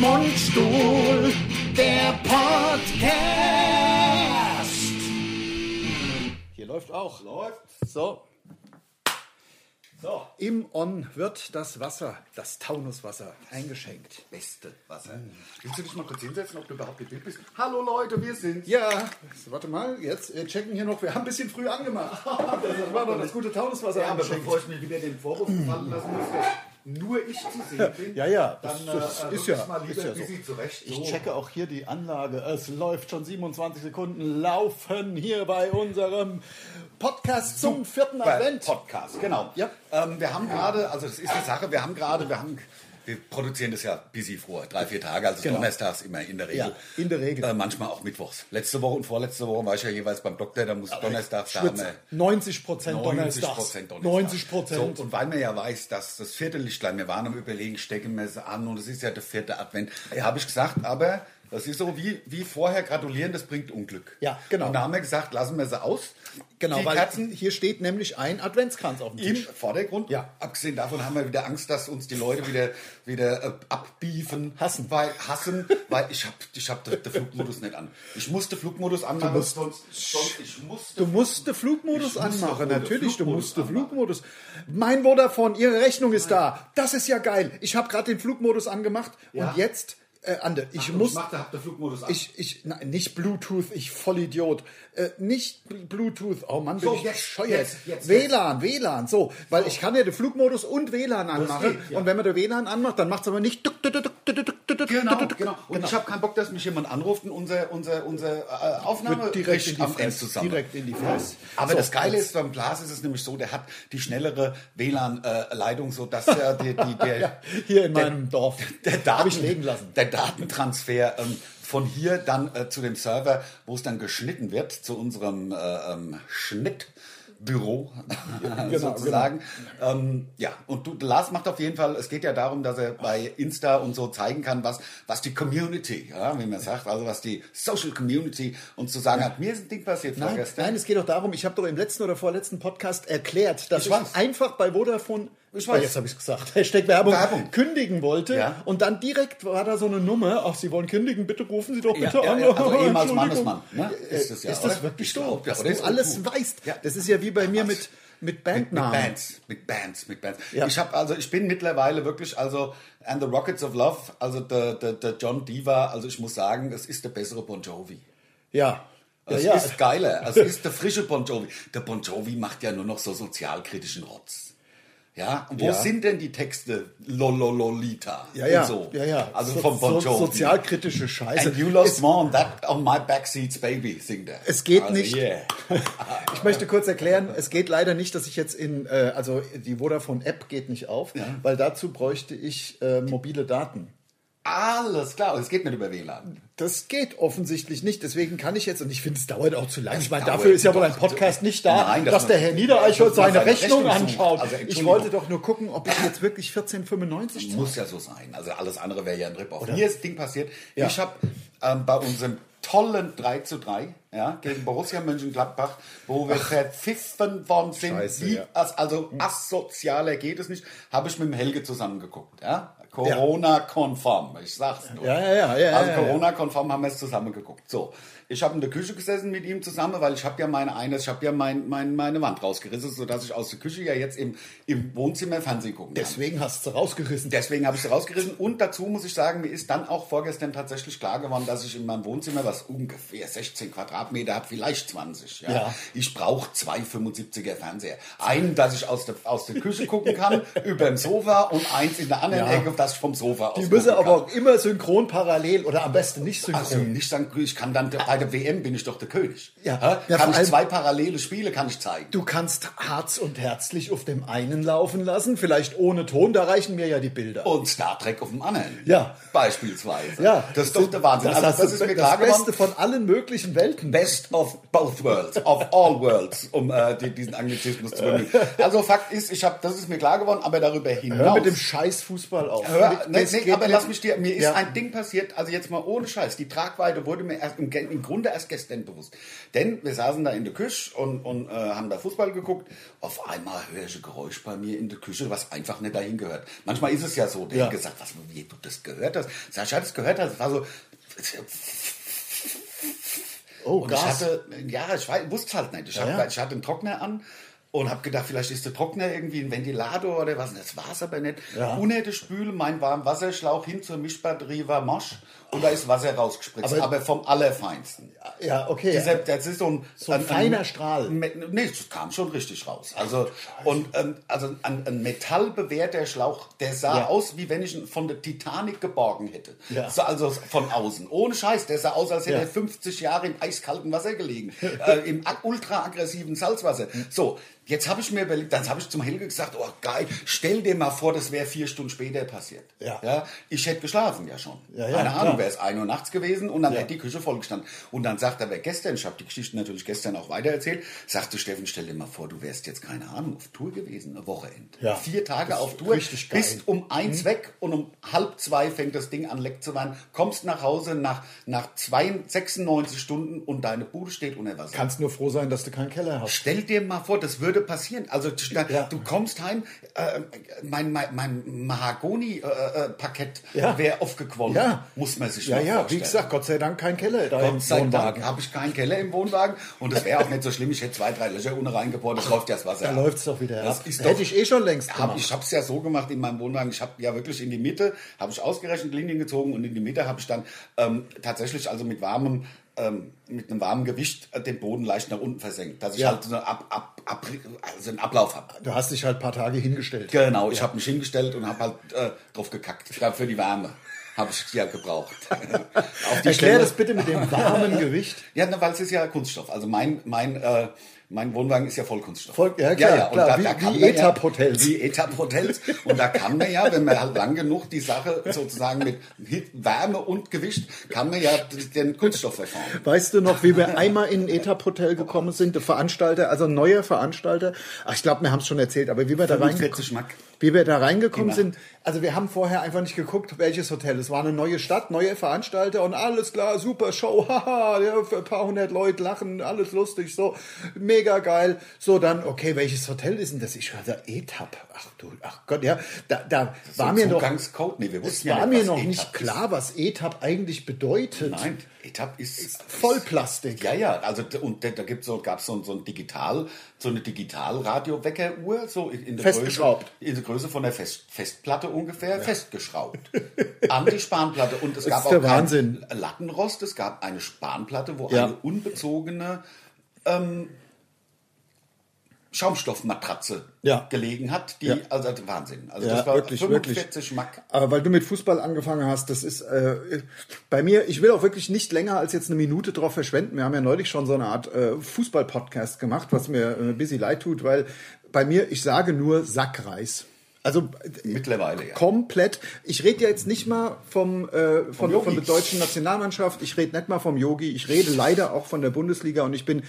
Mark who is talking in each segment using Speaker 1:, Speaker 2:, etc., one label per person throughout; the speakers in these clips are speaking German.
Speaker 1: Mundstuhl, der Podcast. Hier läuft auch.
Speaker 2: Läuft.
Speaker 1: So,
Speaker 2: So.
Speaker 1: im On wird das Wasser, das Taunuswasser, eingeschenkt.
Speaker 2: Beste Wasser. Willst du dich mal kurz hinsetzen, ob du überhaupt gewillt bist? Hallo Leute, wir sind.
Speaker 1: Ja, so, warte mal, jetzt äh, checken hier noch, wir haben ein bisschen früh angemacht. Das war noch das gute Taunuswasser
Speaker 2: Ja, aber
Speaker 1: eingeschenkt.
Speaker 2: bevor ich mir wieder den Vorwurf gefallen lassen muss, dass nur ich zu sehen bin,
Speaker 1: Ja, ja,
Speaker 2: dann
Speaker 1: das- das
Speaker 2: äh,
Speaker 1: ist
Speaker 2: ist
Speaker 1: ja-
Speaker 2: mal lieber
Speaker 1: ist ja so.
Speaker 2: busy zurecht.
Speaker 1: Ich checke auch hier die Anlage. Es läuft schon 27 Sekunden laufen hier bei unserem Podcast zum vierten Advent.
Speaker 2: Podcast, genau.
Speaker 1: Ja.
Speaker 2: Ähm, wir haben gerade, also das ist eine Sache, wir haben gerade, wir haben. Wir produzieren das ja busy vor, drei, vier Tage, also
Speaker 1: Genau.
Speaker 2: donnerstags immer in der Regel.
Speaker 1: Ja, in der Regel.
Speaker 2: Äh, manchmal auch mittwochs. Letzte Woche und vorletzte Woche war ich ja jeweils beim Doktor, da muss donnerstags, da haben wir
Speaker 1: 90 Prozent Donnerstag. 90 Prozent.
Speaker 2: So, und weil man ja weiß, dass das vierte Lichtlein, wir waren am Überlegen, stecken wir es an und es ist ja der vierte Advent, ja, habe ich gesagt, aber das ist so wie, wie vorher gratulieren, das bringt Unglück.
Speaker 1: Ja, genau.
Speaker 2: Und da haben wir gesagt, lassen wir sie aus.
Speaker 1: Genau,
Speaker 2: die
Speaker 1: weil
Speaker 2: Kerzen
Speaker 1: hier steht nämlich ein Adventskranz auf dem
Speaker 2: im
Speaker 1: Tisch.
Speaker 2: Vordergrund.
Speaker 1: Ja.
Speaker 2: Abgesehen davon haben wir wieder Angst, dass uns die Leute wieder, wieder äh, abbiefen.
Speaker 1: Hassen.
Speaker 2: Weil, hassen, weil ich habe ich hab den den Flugmodus nicht an. Ich musste Flugmodus anmachen,
Speaker 1: musst-
Speaker 2: sonst, sonst ich musste
Speaker 1: Du musst den Flugmodus
Speaker 2: Ich muss
Speaker 1: anmachen,
Speaker 2: doch den
Speaker 1: natürlich, du
Speaker 2: Flugmodus
Speaker 1: musst den
Speaker 2: anmachen.
Speaker 1: Flugmodus. Mein Vodafone, Ihre Rechnung ist da. Das ist ja geil. Ich habe gerade den Flugmodus angemacht
Speaker 2: Ja.
Speaker 1: und jetzt, äh, Ande, ich
Speaker 2: Ich
Speaker 1: muss,
Speaker 2: machte, hab den Flugmodus an.
Speaker 1: ich, ich, nein, nicht Bluetooth, ich Vollidiot. Äh, nicht Bl- Bluetooth, oh Mann, bin
Speaker 2: So,
Speaker 1: ich
Speaker 2: jetzt,
Speaker 1: bescheuert.
Speaker 2: jetzt, jetzt,
Speaker 1: WLAN, WLAN, so. Weil ich kann ja den Flugmodus und WLAN anmachen.
Speaker 2: geht, ja.
Speaker 1: Und wenn man den WLAN anmacht, dann macht es aber nicht... duck, duck, duck, duck, duck, duck, duck,
Speaker 2: Genau,
Speaker 1: duck, duck.
Speaker 2: genau. Und ich habe keinen Bock, dass mich jemand anruft und unser, unser, unser äh, Aufnahme
Speaker 1: Wird direkt in die
Speaker 2: am Ende
Speaker 1: Fresse. Direkt in die Fresse.
Speaker 2: Aber
Speaker 1: So,
Speaker 2: das Geile
Speaker 1: jetzt-
Speaker 2: ist, beim Glas ist es nämlich so, der hat die schnellere WLAN-Leitung, sodass der, die, die, der,
Speaker 1: Hier in meinem Dorf.
Speaker 2: der,
Speaker 1: Hab
Speaker 2: Daten,
Speaker 1: ich liegen lassen.
Speaker 2: der Datentransfer ähm, von hier dann äh, zu dem Server, wo es dann geschnitten wird, zu unserem äh, ähm, Schnittbüro
Speaker 1: genau,
Speaker 2: sozusagen. Ähm, ja, und du, Lars macht auf jeden Fall, es geht ja darum, dass er bei Insta und so zeigen kann, was, was die Community, ja, wie man sagt, also was die Social Community uns zu sagen hat. Mir ist ein Ding passiert
Speaker 1: Nein,
Speaker 2: vorgestern.
Speaker 1: nein, es geht doch darum, ich habe doch im letzten oder vorletzten Podcast erklärt, dass
Speaker 2: Ich
Speaker 1: ich,
Speaker 2: weiß.
Speaker 1: einfach bei Vodafone,
Speaker 2: Ich weiß.
Speaker 1: Oh, jetzt habe ich es gesagt, Hashtag Werbung,
Speaker 2: Werbung.
Speaker 1: kündigen wollte
Speaker 2: Ja.
Speaker 1: und dann direkt war da so eine Nummer, ach, Sie wollen kündigen, bitte rufen Sie doch
Speaker 2: Ja,
Speaker 1: bitte
Speaker 2: ja,
Speaker 1: an.
Speaker 2: ja, also ehemals
Speaker 1: Entschuldigung. Äh,
Speaker 2: Mannesmann, ne? Ist das ja,
Speaker 1: Ist das
Speaker 2: oder?
Speaker 1: wirklich
Speaker 2: Ich
Speaker 1: so,
Speaker 2: glaub, ja,
Speaker 1: dass
Speaker 2: oder ist
Speaker 1: du alles
Speaker 2: gut.
Speaker 1: weißt?
Speaker 2: Ja.
Speaker 1: Das ist ja wie bei mir mit, mit
Speaker 2: Mit, mit
Speaker 1: Bandnamen.
Speaker 2: Bands, mit Bands, mit Bands.
Speaker 1: Ja.
Speaker 2: Ich habe also, ich bin mittlerweile wirklich also and the Rockets of Love, also der, der, der John Diva. Also ich muss sagen, es ist der bessere Bon Jovi.
Speaker 1: Ja. Ja,
Speaker 2: Es
Speaker 1: ja.
Speaker 2: ist geiler. Es ist der frische Bon Jovi. Der Bon Jovi macht ja nur noch so sozialkritischen Rotz. Ja, und wo
Speaker 1: Ja.
Speaker 2: sind denn die Texte Lolololita
Speaker 1: ja, ja,
Speaker 2: und so?
Speaker 1: ja, ja.
Speaker 2: Also
Speaker 1: So-
Speaker 2: vom Bon Jovi.
Speaker 1: so, Sozialkritische Scheiße.
Speaker 2: And you lost more on that on my backseats, baby, singt er.
Speaker 1: Es geht
Speaker 2: also,
Speaker 1: nicht.
Speaker 2: Yeah.
Speaker 1: Ich möchte kurz erklären, es geht leider nicht, dass ich jetzt in, äh, also die Vodafone-App geht nicht auf, weil dazu bräuchte ich äh, mobile Daten.
Speaker 2: Alles klar, es geht nicht über WLAN.
Speaker 1: Das geht offensichtlich nicht, deswegen kann ich jetzt, und ich finde, es dauert auch zu lange. Ich meine,
Speaker 2: dauert
Speaker 1: dafür ist ja wohl ein
Speaker 2: doch.
Speaker 1: Podcast nicht da,
Speaker 2: Nein, dass
Speaker 1: dass
Speaker 2: man-
Speaker 1: der Herr Niedereichholz
Speaker 2: dass man
Speaker 1: seine
Speaker 2: seine
Speaker 1: Rechnung
Speaker 2: Rechnung sucht.
Speaker 1: anschaut.
Speaker 2: Also,
Speaker 1: ich
Speaker 2: Entschuldigung.
Speaker 1: wollte doch nur gucken, ob ich jetzt wirklich 1495 zahle.
Speaker 2: Muss ja so sein. Also alles andere wäre ja ein Rip-Off. Mir ist das Ding passiert.
Speaker 1: Ja.
Speaker 2: Ich habe ähm, bei unserem tollen 3 zu 3 ja, gegen Borussia Mönchengladbach, wo wir verpfiffen worden sind,
Speaker 1: Scheiße,
Speaker 2: wie
Speaker 1: ja.
Speaker 2: as, also asozialer geht es nicht, habe ich mit dem Helge zusammengeguckt. Ja? Corona-konform, ich sag's nur.
Speaker 1: Ja, ja, ja, ja,
Speaker 2: also
Speaker 1: ja, ja.
Speaker 2: Corona-konform haben wir es zusammengeguckt. So, ich habe in der Küche gesessen mit ihm zusammen, weil ich habe ja meine eines, ich habe ja mein, mein, meine Wand rausgerissen, sodass ich aus der Küche ja jetzt im, im Wohnzimmer Fernsehen gucken kann.
Speaker 1: Deswegen hast du rausgerissen.
Speaker 2: Deswegen habe ich sie rausgerissen. Und dazu muss ich sagen, mir ist dann auch vorgestern tatsächlich klar geworden, dass ich in meinem Wohnzimmer, was ungefähr 16 Quadratmeter hat, vielleicht 20. Ja.
Speaker 1: Ja.
Speaker 2: Ich brauche zwei 75er Fernseher. Einen, dass ich aus der, aus der Küche gucken kann, über dem Sofa und eins in der anderen
Speaker 1: Ja.
Speaker 2: Ecke, dass ich vom Sofa aus
Speaker 1: Die müssen
Speaker 2: gucken
Speaker 1: aber
Speaker 2: kann.
Speaker 1: auch immer synchron parallel oder am besten nicht synchron.
Speaker 2: Also nicht sagen, ich kann dann bei der WM bin ich doch der König.
Speaker 1: Ja.
Speaker 2: Hä?
Speaker 1: Ja, vor
Speaker 2: kann ich
Speaker 1: allem-
Speaker 2: zwei parallele Spiele kann ich zeigen.
Speaker 1: Du kannst Harz und Herzlich auf dem einen laufen lassen, vielleicht ohne Ton, da reichen mir ja die Bilder.
Speaker 2: Und Star Trek auf dem anderen.
Speaker 1: Ja.
Speaker 2: Beispielsweise.
Speaker 1: Ja,
Speaker 2: Das ist doch der Wahnsinn.
Speaker 1: Das,
Speaker 2: also, das
Speaker 1: hast
Speaker 2: ist
Speaker 1: du-
Speaker 2: mir
Speaker 1: das
Speaker 2: klar geworden.
Speaker 1: Beste von allen möglichen Welten.
Speaker 2: best of both worlds, of all worlds, um äh, die, diesen Anglizismus zu bemühen. Also Fakt ist, ich habe, das ist mir klar geworden, aber darüber hinaus.
Speaker 1: Hör mit dem Scheiß Fußball auf.
Speaker 2: Hör, nee,
Speaker 1: Das
Speaker 2: nee,
Speaker 1: geht
Speaker 2: aber
Speaker 1: nicht.
Speaker 2: lass mich dir, mir ist
Speaker 1: Ja.
Speaker 2: ein Ding passiert, also jetzt mal ohne Scheiß. Die Tragweite wurde mir erst im, im Grunde erst gestern bewusst. Denn wir saßen da in der Küche und, und äh, haben da Fußball geguckt. Auf einmal höre ich ein Geräusch bei mir in der Küche, was einfach nicht dahin gehört. Manchmal ist es ja so, der
Speaker 1: Ja.
Speaker 2: hat gesagt, was, wie du das gehört hast. Sag ich, ja, das gehört hast. Es war so,
Speaker 1: Oh,
Speaker 2: und ich
Speaker 1: Gas.
Speaker 2: hatte, ja, ich wei- wusste es halt nicht. Ich, hab,
Speaker 1: ja.
Speaker 2: ich hatte einen Trockner an und habe gedacht, vielleicht ist der Trockner irgendwie ein Ventilator oder was. Das war es aber nicht.
Speaker 1: Ja.
Speaker 2: Unter der Spüle mein warm Wasserschlauch hin zur Mischbatterie war Mosch und da ist Wasser rausgespritzt.
Speaker 1: Aber-
Speaker 2: Aber, vom Allerfeinsten.
Speaker 1: Ja, okay.
Speaker 2: Dieser, das ist so ein,
Speaker 1: So ein feiner Strahl.
Speaker 2: Me- Nee, das kam schon richtig raus. Also, und, ähm, also ein, ein metallbewehrter Schlauch, der sah
Speaker 1: Ja.
Speaker 2: aus, wie wenn ich ihn von der Titanic geborgen hätte.
Speaker 1: Ja.
Speaker 2: So, also von außen. Ohne Scheiß, der sah aus, als hätte
Speaker 1: Ja.
Speaker 2: er 50 Jahre im eiskalten Wasser gelegen. äh, Im ag- ultra-aggressiven Salzwasser. So, jetzt habe ich mir überlegt, dann habe ich zum Helge gesagt, oh geil, stell dir mal vor, das wäre vier Stunden später passiert.
Speaker 1: Ja.
Speaker 2: ich hätte geschlafen ja schon.
Speaker 1: Ja, ja,
Speaker 2: Keine Ahnung,
Speaker 1: klar.
Speaker 2: wäre es 1 Uhr nachts gewesen und dann
Speaker 1: Ja.
Speaker 2: hätte die Küche vollgestanden. Und dann sagt er, wer gestern, ich habe die Geschichte natürlich gestern auch weitererzählt, sagte Steffen, stell dir mal vor, du wärst jetzt, keine Ahnung, auf Tour gewesen, ein Wochenende.
Speaker 1: Ja.
Speaker 2: Vier Tage
Speaker 1: Das
Speaker 2: auf
Speaker 1: ist
Speaker 2: Tour,
Speaker 1: richtig geil. Mhm.
Speaker 2: bist um eins weg und um halb zwei fängt das Ding an leck zu werden, kommst nach Hause nach, nach zwei, 96 Stunden und deine Bude steht unter Wasser.
Speaker 1: Kannst nur froh sein, dass du keinen Keller hast.
Speaker 2: Stell dir mal vor, das würde passieren. Also sch- na,
Speaker 1: Ja.
Speaker 2: du kommst heim, äh, mein, mein, mein äh, Mahagoni-Parkett
Speaker 1: Ja.
Speaker 2: wäre aufgequollen.
Speaker 1: Ja.
Speaker 2: Muss man sich
Speaker 1: Ja,
Speaker 2: mal
Speaker 1: ja,
Speaker 2: vorstellen.
Speaker 1: wie gesagt, Gott sei Dank kein Keller da im
Speaker 2: Gott sei Dank
Speaker 1: Wohnwagen.
Speaker 2: habe ich keinen Keller im Wohnwagen und das wäre auch nicht so schlimm. Ich hätte zwei, drei Löcher ohne reingebohrt, das läuft ja das Wasser.
Speaker 1: Da
Speaker 2: ab.
Speaker 1: läuft's doch wieder
Speaker 2: Das
Speaker 1: ab.
Speaker 2: ist
Speaker 1: Hätte
Speaker 2: doch-
Speaker 1: ich eh schon längst
Speaker 2: hab,
Speaker 1: gemacht.
Speaker 2: ich habe es ja so gemacht in meinem Wohnwagen. Ich habe ja wirklich in die Mitte, habe ich ausgerechnet Linien gezogen und in die Mitte habe ich dann ähm, tatsächlich also mit warmem, ähm, mit einem warmen Gewicht äh, den Boden leicht nach unten versenkt, dass ich
Speaker 1: Ja.
Speaker 2: halt so, eine ab, ab, ab, also einen Ablauf habe.
Speaker 1: Du hast dich halt ein paar Tage hingestellt.
Speaker 2: Genau, ich habe mich hingestellt und habe halt äh, drauf gekackt. Ich hab für die Wärme habe ich ja gebraucht. Auf die
Speaker 1: Erklär
Speaker 2: Stelle-
Speaker 1: das bitte mit dem warmen Gewicht.
Speaker 2: Ja, na, weil es ist ja Kunststoff. Also mein, mein, äh, mein Wohnwagen ist ja voll Kunststoff.
Speaker 1: Voll- ja, klar,
Speaker 2: Und
Speaker 1: klar.
Speaker 2: Da,
Speaker 1: Wie-
Speaker 2: da kann
Speaker 1: wie
Speaker 2: man ja-
Speaker 1: Etap-Hotels.
Speaker 2: Wie Etap-Hotels. Und da kann man ja, wenn man halt lang genug die Sache sozusagen mit Hit- Wärme und Gewicht, kann man ja den Kunststoff verformen.
Speaker 1: Weißt du noch, wie wir einmal in ein Etap-Hotel gekommen sind, der Veranstalter, also ein neuer Veranstalter, ach, ich glaube, wir haben es schon erzählt, aber wie wir da
Speaker 2: 45
Speaker 1: reingekommen
Speaker 2: Mark.
Speaker 1: wie wir da reingekommen sind, also wir haben vorher einfach nicht geguckt, welches Hotel. Es war eine neue Stadt, neue Veranstalter und alles klar, super Show, haha, ja, für ein paar hundert Leute lachen, alles lustig, so, mega geil. So, dann, okay, welches Hotel ist denn das? E Ich höre da Etap. Ach du, ach Gott, ja, da, da war
Speaker 2: So
Speaker 1: mir noch,
Speaker 2: Zugangscode? Nee, wir
Speaker 1: es
Speaker 2: wussten ja
Speaker 1: war
Speaker 2: nicht,
Speaker 1: mir
Speaker 2: was E
Speaker 1: noch
Speaker 2: Etap
Speaker 1: nicht
Speaker 2: ist.
Speaker 1: klar, was E Etap eigentlich bedeutet.
Speaker 2: Nein, Etap ist
Speaker 1: Vollplastik.
Speaker 2: Ja, ja, also d- und da, da gibt's so, gab's so, ein- so ein Digital, so eine Digitalradio-Weckeruhr, so in in der
Speaker 1: Festgeschraubt.
Speaker 2: Größe, in der Größe von der Fest, Festplatte ungefähr, festgeschraubt an die Spanplatte. Und es
Speaker 1: Das
Speaker 2: gab
Speaker 1: ist
Speaker 2: auch
Speaker 1: der
Speaker 2: kein
Speaker 1: Wahnsinn.
Speaker 2: Lattenrost, es gab eine Spanplatte, wo
Speaker 1: Ja.
Speaker 2: eine unbezogene ähm, Schaumstoffmatratze
Speaker 1: Ja.
Speaker 2: gelegen hat, die
Speaker 1: Ja.
Speaker 2: also Wahnsinn. Also
Speaker 1: Ja,
Speaker 2: das war
Speaker 1: wirklich, wirklich.
Speaker 2: 45 Mack.
Speaker 1: Aber weil du mit Fußball angefangen hast, das ist äh, bei mir, ich will auch wirklich nicht länger als jetzt eine Minute drauf verschwenden. Wir haben ja neulich schon so eine Art äh, Fußball-Podcast gemacht, was mir äh, ein bisschen leid tut, weil bei mir, ich sage nur Sackreis. Also äh,
Speaker 2: Mittlerweile, ja.
Speaker 1: komplett. Ich rede ja jetzt nicht mal vom, äh, von,
Speaker 2: Yogi.
Speaker 1: von der deutschen Nationalmannschaft, ich rede nicht mal vom Yogi, ich rede leider auch von der Bundesliga und ich bin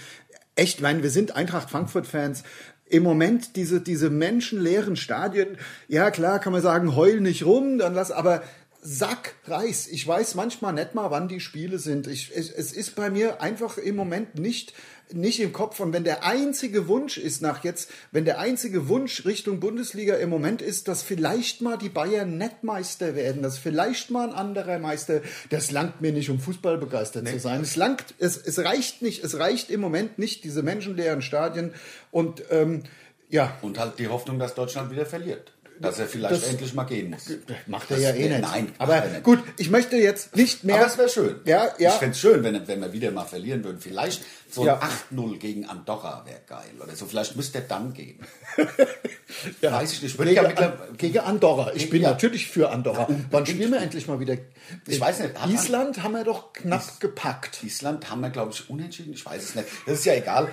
Speaker 1: echt, ich meine, wir sind Eintracht Frankfurt-Fans. Im Moment diese, diese menschenleeren Stadien, ja klar, kann man sagen, heul nicht rum, dann lass, aber Sack, Reis. Ich weiß manchmal nicht mal, wann die Spiele sind. Ich, es, es ist bei mir einfach im Moment nicht, nicht im Kopf. Und wenn der einzige Wunsch ist nach jetzt, wenn der einzige Wunsch Richtung Bundesliga im Moment ist, dass vielleicht mal die Bayern nicht Meister werden, dass vielleicht mal ein anderer Meister, das langt mir nicht, um Fußball begeistert zu sein. Es langt, es, es reicht nicht, es reicht im Moment nicht, diese menschenleeren Stadien. Und ähm, ja,
Speaker 2: Und halt die Hoffnung, dass Deutschland wieder verliert. Dass er vielleicht
Speaker 1: Das-
Speaker 2: endlich mal gehen muss.
Speaker 1: macht er ja eh nicht.
Speaker 2: Nein, macht
Speaker 1: aber
Speaker 2: er nicht.
Speaker 1: gut, ich möchte jetzt nicht mehr.
Speaker 2: Aber es wäre schön.
Speaker 1: Ja, ja.
Speaker 2: Ich fände es schön, wenn, wenn wir wieder mal verlieren würden. Vielleicht so ein
Speaker 1: Ja.
Speaker 2: 8-0 gegen Andorra wäre geil. Oder so. Vielleicht müsste er dann gehen.
Speaker 1: Ja.
Speaker 2: Weiß ich nicht. Ich würde ja
Speaker 1: Gegen, An
Speaker 2: mittlerweile-
Speaker 1: gegen Andorra. Ich
Speaker 2: Gegen-
Speaker 1: bin
Speaker 2: ja.
Speaker 1: natürlich für Andorra. Wann spielen wir endlich mal wieder?
Speaker 2: Ich weiß nicht. Hat-
Speaker 1: Island haben wir doch knapp gepackt.
Speaker 2: Island haben wir, glaube ich, unentschieden. Ich weiß es nicht. Das ist ja egal.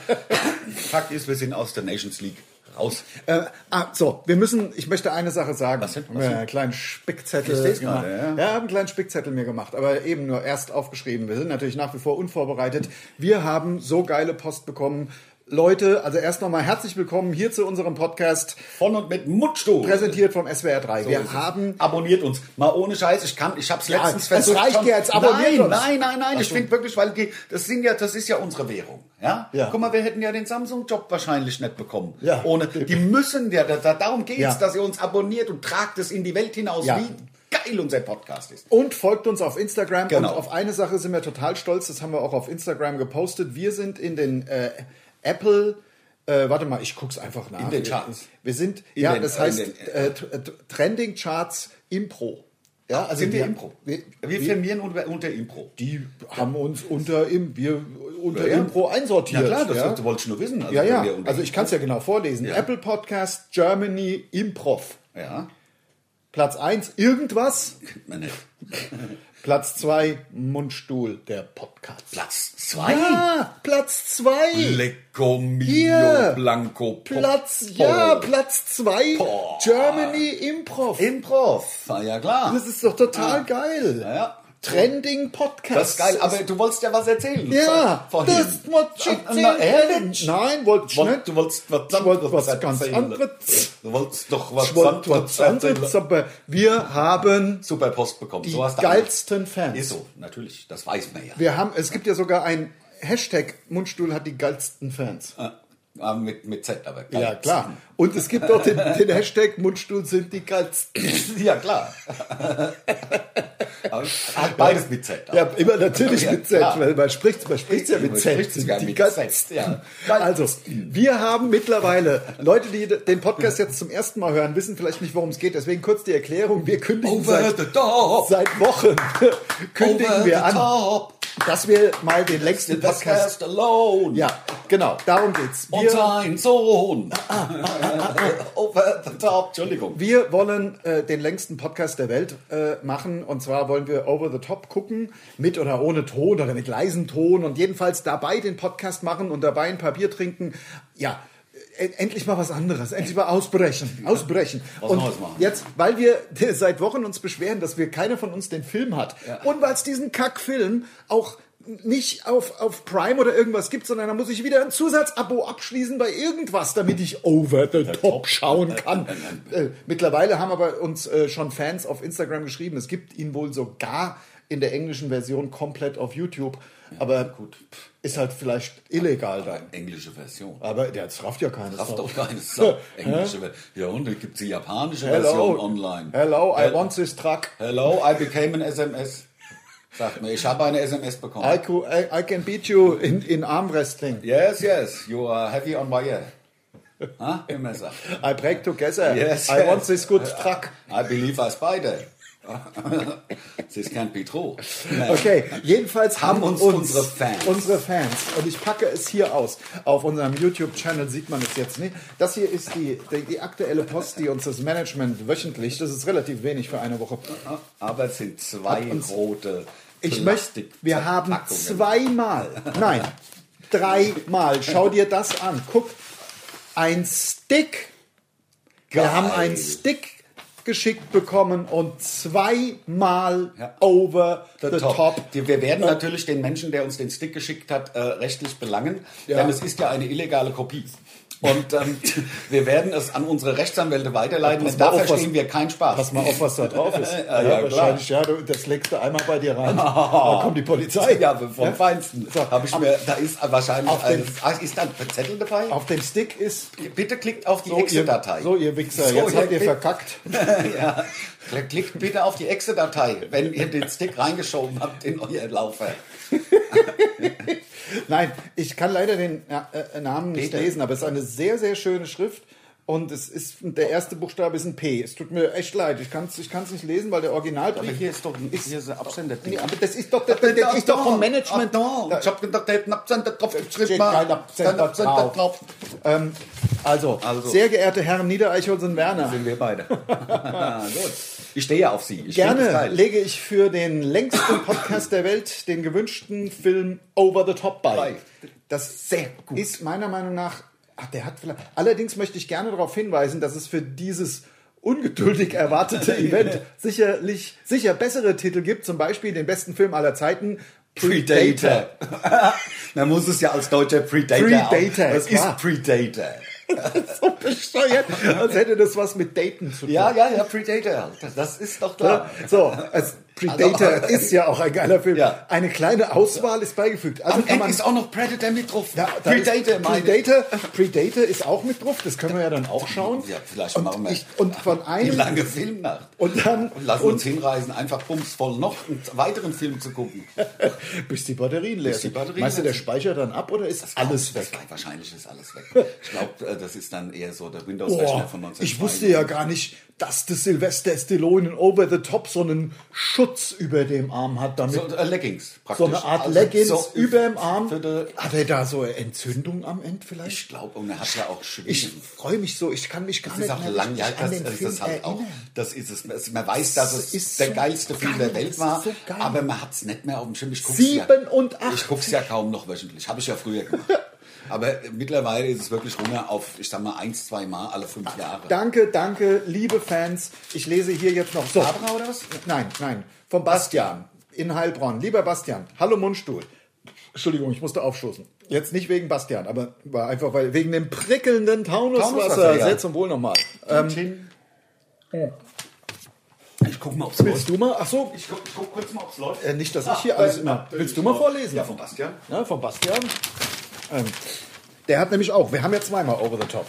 Speaker 2: Fakt ist, wir sind aus der Nations League aus.
Speaker 1: Äh, ah, so, wir müssen, ich möchte eine Sache sagen.
Speaker 2: Was denn? Was
Speaker 1: Ja,
Speaker 2: denn?
Speaker 1: einen kleinen Spickzettel
Speaker 2: Ich seh's
Speaker 1: gemacht.
Speaker 2: gerade,
Speaker 1: ja.
Speaker 2: ja.
Speaker 1: haben einen kleinen Spickzettel mir gemacht, aber eben nur erst aufgeschrieben. Wir sind natürlich nach wie vor unvorbereitet. Wir haben so geile Post bekommen. Leute, also erst nochmal herzlich willkommen hier zu unserem Podcast,
Speaker 2: Von und mit Mutschstuhl.
Speaker 1: präsentiert vom SWR 3.
Speaker 2: So ist
Speaker 1: wir
Speaker 2: es.
Speaker 1: haben
Speaker 2: abonniert uns. Mal ohne Scheiß, ich kann, ich hab's letztens
Speaker 1: es reicht
Speaker 2: schon.
Speaker 1: jetzt, abonniert
Speaker 2: nein,
Speaker 1: uns.
Speaker 2: Nein, nein, nein,
Speaker 1: Ach
Speaker 2: ich
Speaker 1: so.
Speaker 2: finde wirklich, weil die, das sind ja, das ist ja unsere Währung, ja?
Speaker 1: Ja.
Speaker 2: Guck mal, wir hätten ja den Samsung Job wahrscheinlich nicht bekommen.
Speaker 1: Ja.
Speaker 2: Ohne die müssen ja, da, da, darum geht's,
Speaker 1: Ja.
Speaker 2: dass ihr uns abonniert und tragt es in die Welt hinaus,
Speaker 1: Ja.
Speaker 2: wie geil unser Podcast ist.
Speaker 1: Und folgt uns auf Instagram.
Speaker 2: Genau.
Speaker 1: Und auf eine Sache sind wir total stolz. Das haben wir auch auf Instagram gepostet. Wir sind in den äh, Apple. Äh, warte mal, ich guck's einfach nach.
Speaker 2: In den Charts.
Speaker 1: Wir sind,
Speaker 2: In
Speaker 1: ja,
Speaker 2: den-
Speaker 1: das
Speaker 2: in
Speaker 1: heißt
Speaker 2: den-
Speaker 1: äh, t- t- Trending Charts Impro. Ja, also
Speaker 2: sind wir
Speaker 1: die-
Speaker 2: Impro.
Speaker 1: Wir,
Speaker 2: wir firmieren unter, unter Impro.
Speaker 1: die haben uns unter im, wir unter
Speaker 2: Ja, ja.
Speaker 1: Impro einsortiert.
Speaker 2: Ja klar, das
Speaker 1: ja.
Speaker 2: wollte ich nur wissen. Also
Speaker 1: ja,
Speaker 2: wenn
Speaker 1: ja.
Speaker 2: wir unter-
Speaker 1: Also ich kann es ja genau vorlesen.
Speaker 2: Ja.
Speaker 1: Apple Podcast Germany Improv.
Speaker 2: ja,
Speaker 1: Platz 1 irgendwas,
Speaker 2: kennt man nicht.
Speaker 1: Platz 2 Mundstuhl der Podcast.
Speaker 2: Platz zwei.
Speaker 1: Ja, Platz 2.
Speaker 2: Lecco mio
Speaker 1: Hier.
Speaker 2: blanco po-
Speaker 1: Platz, ja,
Speaker 2: po-
Speaker 1: Platz 2.
Speaker 2: Boah.
Speaker 1: Germany Improv.
Speaker 2: Improv. Na Ah, ja klar.
Speaker 1: Das ist doch total geil.
Speaker 2: Ah. Ja, ja.
Speaker 1: Trending Podcast.
Speaker 2: Das ist geil, aber du wolltest ja was erzählen.
Speaker 1: ja,
Speaker 2: vor- vorhin.
Speaker 1: das muss ich
Speaker 2: Ah, na,
Speaker 1: erzählen.
Speaker 2: ehrlich?
Speaker 1: Nein, wollte ich
Speaker 2: Woll-
Speaker 1: nicht.
Speaker 2: Du wolltest was,
Speaker 1: ne? Ich wollte
Speaker 2: anderes
Speaker 1: was ganz
Speaker 2: erzählen.
Speaker 1: anderes.
Speaker 2: Du wolltest doch was,
Speaker 1: Ich wollte was
Speaker 2: erzählen.
Speaker 1: anderes, aber wir haben
Speaker 2: Super Post bekommen.
Speaker 1: die
Speaker 2: so hast du
Speaker 1: geilsten
Speaker 2: Angst. Ist
Speaker 1: Fans.
Speaker 2: so, natürlich. Das weiß man ja.
Speaker 1: Wir haben, es gibt ja sogar ein Hashtag Mundstuhl hat die geilsten Fans.
Speaker 2: Ah, mit, mit Z aber. geil.
Speaker 1: Ja, klar. Und es gibt auch den, den Hashtag Mundstuhl sind die geilsten.
Speaker 2: ja, klar. Aber Hat beides mit Z.
Speaker 1: Ja, immer natürlich
Speaker 2: Ja,
Speaker 1: mit Z,
Speaker 2: klar.
Speaker 1: weil man spricht man spricht's ja mit
Speaker 2: Man
Speaker 1: Z.
Speaker 2: spricht's
Speaker 1: Die
Speaker 2: sogar mit
Speaker 1: ganzen-
Speaker 2: Z, ja.
Speaker 1: Also, wir haben mittlerweile, Leute, die den Podcast jetzt zum ersten Mal hören, wissen vielleicht nicht, worum es geht. Deswegen kurz die Erklärung. Wir kündigen
Speaker 2: Over
Speaker 1: seit,
Speaker 2: the top.
Speaker 1: seit Wochen, kündigen
Speaker 2: Over
Speaker 1: wir
Speaker 2: the
Speaker 1: an,
Speaker 2: top.
Speaker 1: dass wir mal den längsten
Speaker 2: Den
Speaker 1: Podcast...
Speaker 2: Podcast alone.
Speaker 1: Ja, genau, darum geht's.
Speaker 2: Und
Speaker 1: Wir,
Speaker 2: sein Sohn.
Speaker 1: Oh,
Speaker 2: Over the top. Entschuldigung.
Speaker 1: wir wollen äh, den längsten Podcast der Welt äh, machen. Und zwar wollen wir Over the Top gucken, mit oder ohne Ton oder mit leisem Ton. Und jedenfalls dabei den Podcast machen und dabei ein paar Bier trinken. Ja, e- endlich mal was anderes. Endlich mal ausbrechen. Ausbrechen.
Speaker 2: Was
Speaker 1: und
Speaker 2: Neues machen.
Speaker 1: jetzt, weil wir seit Wochen uns beschweren, dass wir keiner von uns den Film hat. Und weil es diesen Kackfilm auch nicht auf, auf Prime oder irgendwas gibt, sondern da muss ich wieder ein Zusatzabo abschließen bei irgendwas, damit ich over the top schauen kann. Äh, mittlerweile haben aber uns äh, schon Fans auf Instagram geschrieben, es gibt ihn wohl sogar in der englischen Version komplett auf YouTube, aber gut. ist halt vielleicht illegal dann.
Speaker 2: Englische Version.
Speaker 1: Aber ja, das rafft ja keiner.
Speaker 2: Kraft doch keine Sau. Englische Version. Ja, und dann gibt es die japanische Version online.
Speaker 1: Hello, I
Speaker 2: Hel-
Speaker 1: want this truck.
Speaker 2: Hello, I became an SMS. Sagt mir, ich habe eine SMS bekommen.
Speaker 1: I, cou- I, I can beat you in, in arm wrestling.
Speaker 2: yes, yes, you are heavy on my ear. Ha? Wie man sagt.
Speaker 1: I break together.
Speaker 2: Yes,
Speaker 1: I
Speaker 2: yes.
Speaker 1: want this good truck.
Speaker 2: I believe I spider. This can't be true.
Speaker 1: Okay, jedenfalls haben,
Speaker 2: Haben uns unsere Fans.
Speaker 1: unsere Fans. Und ich packe es hier aus. Auf unserem YouTube-Channel sieht man es jetzt nicht. Das hier ist die, die, die aktuelle Post, die uns das Management wöchentlich, das ist relativ wenig für eine Woche.
Speaker 2: Aber es sind zwei rote
Speaker 1: Ich möchte,
Speaker 2: Plastik-
Speaker 1: wir haben
Speaker 2: Verpackungen.
Speaker 1: zweimal, nein, dreimal, schau dir das an. Guck, ein Stick. Wir
Speaker 2: Geil.
Speaker 1: haben einen Stick geschickt bekommen und zweimal
Speaker 2: Ja.
Speaker 1: over the, top.
Speaker 2: Die- Wir werden natürlich den Menschen, der uns den Stick geschickt hat, äh, rechtlich belangen,
Speaker 1: Ja.
Speaker 2: denn es ist ja eine illegale Kopie. Und ähm, wir werden es an unsere Rechtsanwälte weiterleiten,
Speaker 1: Pass
Speaker 2: denn da
Speaker 1: mal auf, was-
Speaker 2: verstehen wir keinen Spaß.
Speaker 1: Pass mal auf, was da drauf ist.
Speaker 2: Ja, ja,
Speaker 1: wahrscheinlich, ja, du, das legst du einmal bei dir rein. dann kommt die Polizei.
Speaker 2: Ja, vom Feinsten.
Speaker 1: So,
Speaker 2: Hab ich mir, da ist wahrscheinlich
Speaker 1: Auf den-
Speaker 2: ein, ah, ist da ein Zettel dabei.
Speaker 1: Auf dem Stick ist.
Speaker 2: bitte klickt auf die
Speaker 1: So,
Speaker 2: Excel-Datei.
Speaker 1: ihr, so, ihr Wichser,
Speaker 2: So,
Speaker 1: jetzt
Speaker 2: ihr
Speaker 1: habt ihr
Speaker 2: Wichser.
Speaker 1: verkackt.
Speaker 2: ja. Klickt bitte auf die Excel-Datei, wenn ihr den Stick reingeschoben habt in euer Laufer.
Speaker 1: Nein, ich kann leider den äh, äh, Namen nicht
Speaker 2: Peter.
Speaker 1: lesen, aber es ist eine sehr, sehr schöne Schrift. Und es ist, der erste Buchstabe ist ein P. Es tut mir echt leid. Ich kann es ich kann's nicht lesen, weil der Originalbrief.
Speaker 2: ist doch ein, hier ist ein Absender.
Speaker 1: Nee, aber das ist doch, das, das, das ist doch vom Management.
Speaker 2: Ich hab gedacht, da hätten Absender drauf geschrieben.
Speaker 1: steht kein Absender
Speaker 2: Kein
Speaker 1: drauf. Ähm, also,
Speaker 2: Also.
Speaker 1: sehr geehrte Herren Niedereichholz und Werner.
Speaker 2: Sind wir beide. Gut. Ich stehe ja auf Sie. Ich finde
Speaker 1: Gerne
Speaker 2: das geil.
Speaker 1: lege ich für den längsten Podcast der Welt den gewünschten Film Over the Top bei.
Speaker 2: Bei.
Speaker 1: Das
Speaker 2: Sehr gut.
Speaker 1: ist meiner Meinung nach Ach, der hat vielleicht. Allerdings möchte ich gerne darauf hinweisen, dass es für dieses ungeduldig erwartete Event sicherlich sicher bessere Titel gibt, zum Beispiel den besten Film aller Zeiten.
Speaker 2: Predator. Man muss es ja als deutscher Predator.
Speaker 1: Predator,
Speaker 2: auch- Es
Speaker 1: es
Speaker 2: ist
Speaker 1: war.
Speaker 2: Predator.
Speaker 1: so besteuert, als hätte das was mit Daten zu tun.
Speaker 2: Ja, ja, ja, Predator. Das, das ist doch klar.
Speaker 1: So, als Predator
Speaker 2: Also-
Speaker 1: ist ja auch ein geiler Film.
Speaker 2: Ja.
Speaker 1: Eine kleine Auswahl ist beigefügt. Also
Speaker 2: Am
Speaker 1: kann
Speaker 2: Ende
Speaker 1: man
Speaker 2: ist auch noch Predator mit drauf.
Speaker 1: Ja, da
Speaker 2: Predator,
Speaker 1: ist,
Speaker 2: meine
Speaker 1: Predator, Predator ist auch mit drauf, das können wir ja dann auch schauen.
Speaker 2: Ja, vielleicht machen wir
Speaker 1: ich, und von
Speaker 2: eine
Speaker 1: einem
Speaker 2: lange Filmnacht.
Speaker 1: und dann
Speaker 2: Und lassen uns hinreisen, einfach bumsvoll noch einen weiteren Film zu gucken.
Speaker 1: bis die Batterien leer
Speaker 2: Bis die
Speaker 1: sind.
Speaker 2: Batterien
Speaker 1: Meinst du,
Speaker 2: leer
Speaker 1: der speichert dann ab oder ist alles weg?
Speaker 2: Das- Wahrscheinlich ist alles weg. Ich glaube, das ist dann eher so der Windows-Rechner
Speaker 1: Boah,
Speaker 2: von 19.
Speaker 1: ich wusste ja gar nicht, dass das Sylvester Stallone in Over the Top so einen Schutz über dem Arm hat, damit
Speaker 2: So, äh, Leggings
Speaker 1: so
Speaker 2: praktisch.
Speaker 1: eine Art
Speaker 2: Also
Speaker 1: Leggings
Speaker 2: so
Speaker 1: über dem Arm.
Speaker 2: für die-
Speaker 1: Hat er da so eine Entzündung am Ende vielleicht?
Speaker 2: Ich glaube, und er hat ja auch Schwinden.
Speaker 1: Ich freue mich so, ich kann mich gar
Speaker 2: das ist
Speaker 1: nicht
Speaker 2: auch
Speaker 1: mehr
Speaker 2: lang,
Speaker 1: richtig
Speaker 2: ja,
Speaker 1: an
Speaker 2: das
Speaker 1: den
Speaker 2: ist
Speaker 1: Film
Speaker 2: es halt auch.
Speaker 1: erinnern.
Speaker 2: Das ist es. es. Man weiß, dass es
Speaker 1: ist
Speaker 2: der
Speaker 1: so
Speaker 2: geilste Film
Speaker 1: geil,
Speaker 2: der
Speaker 1: das
Speaker 2: Welt
Speaker 1: ist
Speaker 2: war,
Speaker 1: so geil.
Speaker 2: aber man hat es nicht mehr auf dem Schirm. Ich guck's Ja,
Speaker 1: 87.
Speaker 2: ich guck's ja kaum noch wöchentlich. Habe ich ja früher gemacht. aber mittlerweile ist es wirklich runter auf, ich sag mal, eins, zwei Mal alle fünf Jahre.
Speaker 1: Danke, danke, liebe Fans. Ich lese hier jetzt noch. So.
Speaker 2: Barbara oder was?
Speaker 1: Nein, nein. Von Bastian in Heilbronn. Lieber Bastian, hallo Mundstuhl. Entschuldigung, ich musste aufstoßen. Jetzt nicht wegen Bastian, aber war einfach weil, wegen dem prickelnden Taunuswasser.
Speaker 2: Taunuswasser, ja.
Speaker 1: Sehr zum Wohl nochmal. Äh,
Speaker 2: Ähm, ich guck mal, ob's läuft.
Speaker 1: Willst du mal? Ach so,
Speaker 2: Ich guck, ich guck kurz mal, ob's läuft. Ah,
Speaker 1: äh, nicht, dass ich hier alles immer. Willst du mal vorlesen?
Speaker 2: Ja, von Bastian.
Speaker 1: Ja, von Bastian. Ähm, der hat nämlich auch. Wir haben ja zweimal Over the Top.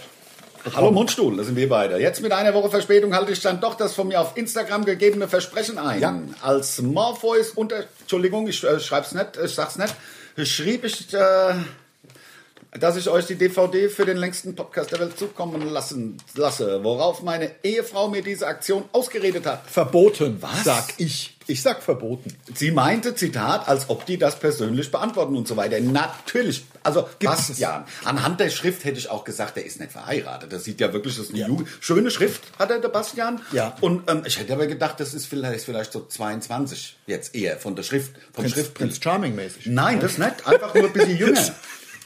Speaker 2: Hallo Mundstuhl, da sind wir beide. Jetzt mit einer Woche Verspätung halte ich dann doch das von mir auf Instagram gegebene Versprechen ein.
Speaker 1: Ja.
Speaker 2: Als Morpheus unter... Entschuldigung, ich äh, schreib's nicht, ich sag's nicht. Schrieb ich... Äh, dass ich euch die DVD für den längsten Podcast der Welt zukommen lassen, lasse, worauf meine Ehefrau mir diese Aktion ausgeredet hat.
Speaker 1: Verboten,
Speaker 2: Was?
Speaker 1: sag ich. Ich sag verboten.
Speaker 2: Sie meinte, Zitat, als ob die das persönlich beantworten und so weiter. Natürlich. Also Bastian, anhand der Schrift hätte ich auch gesagt, der ist nicht verheiratet. Das sieht ja wirklich, das ist eine Jugend. Schöne Schrift hat er, der Bastian.
Speaker 1: Ja.
Speaker 2: Und ähm, ich hätte aber gedacht, das ist vielleicht, vielleicht so 22 jetzt eher von der Schrift, vom
Speaker 1: Prinz,
Speaker 2: Schriftbild.
Speaker 1: Prinz Charming mäßig.
Speaker 2: Nein, das nicht. Einfach nur ein bisschen jünger.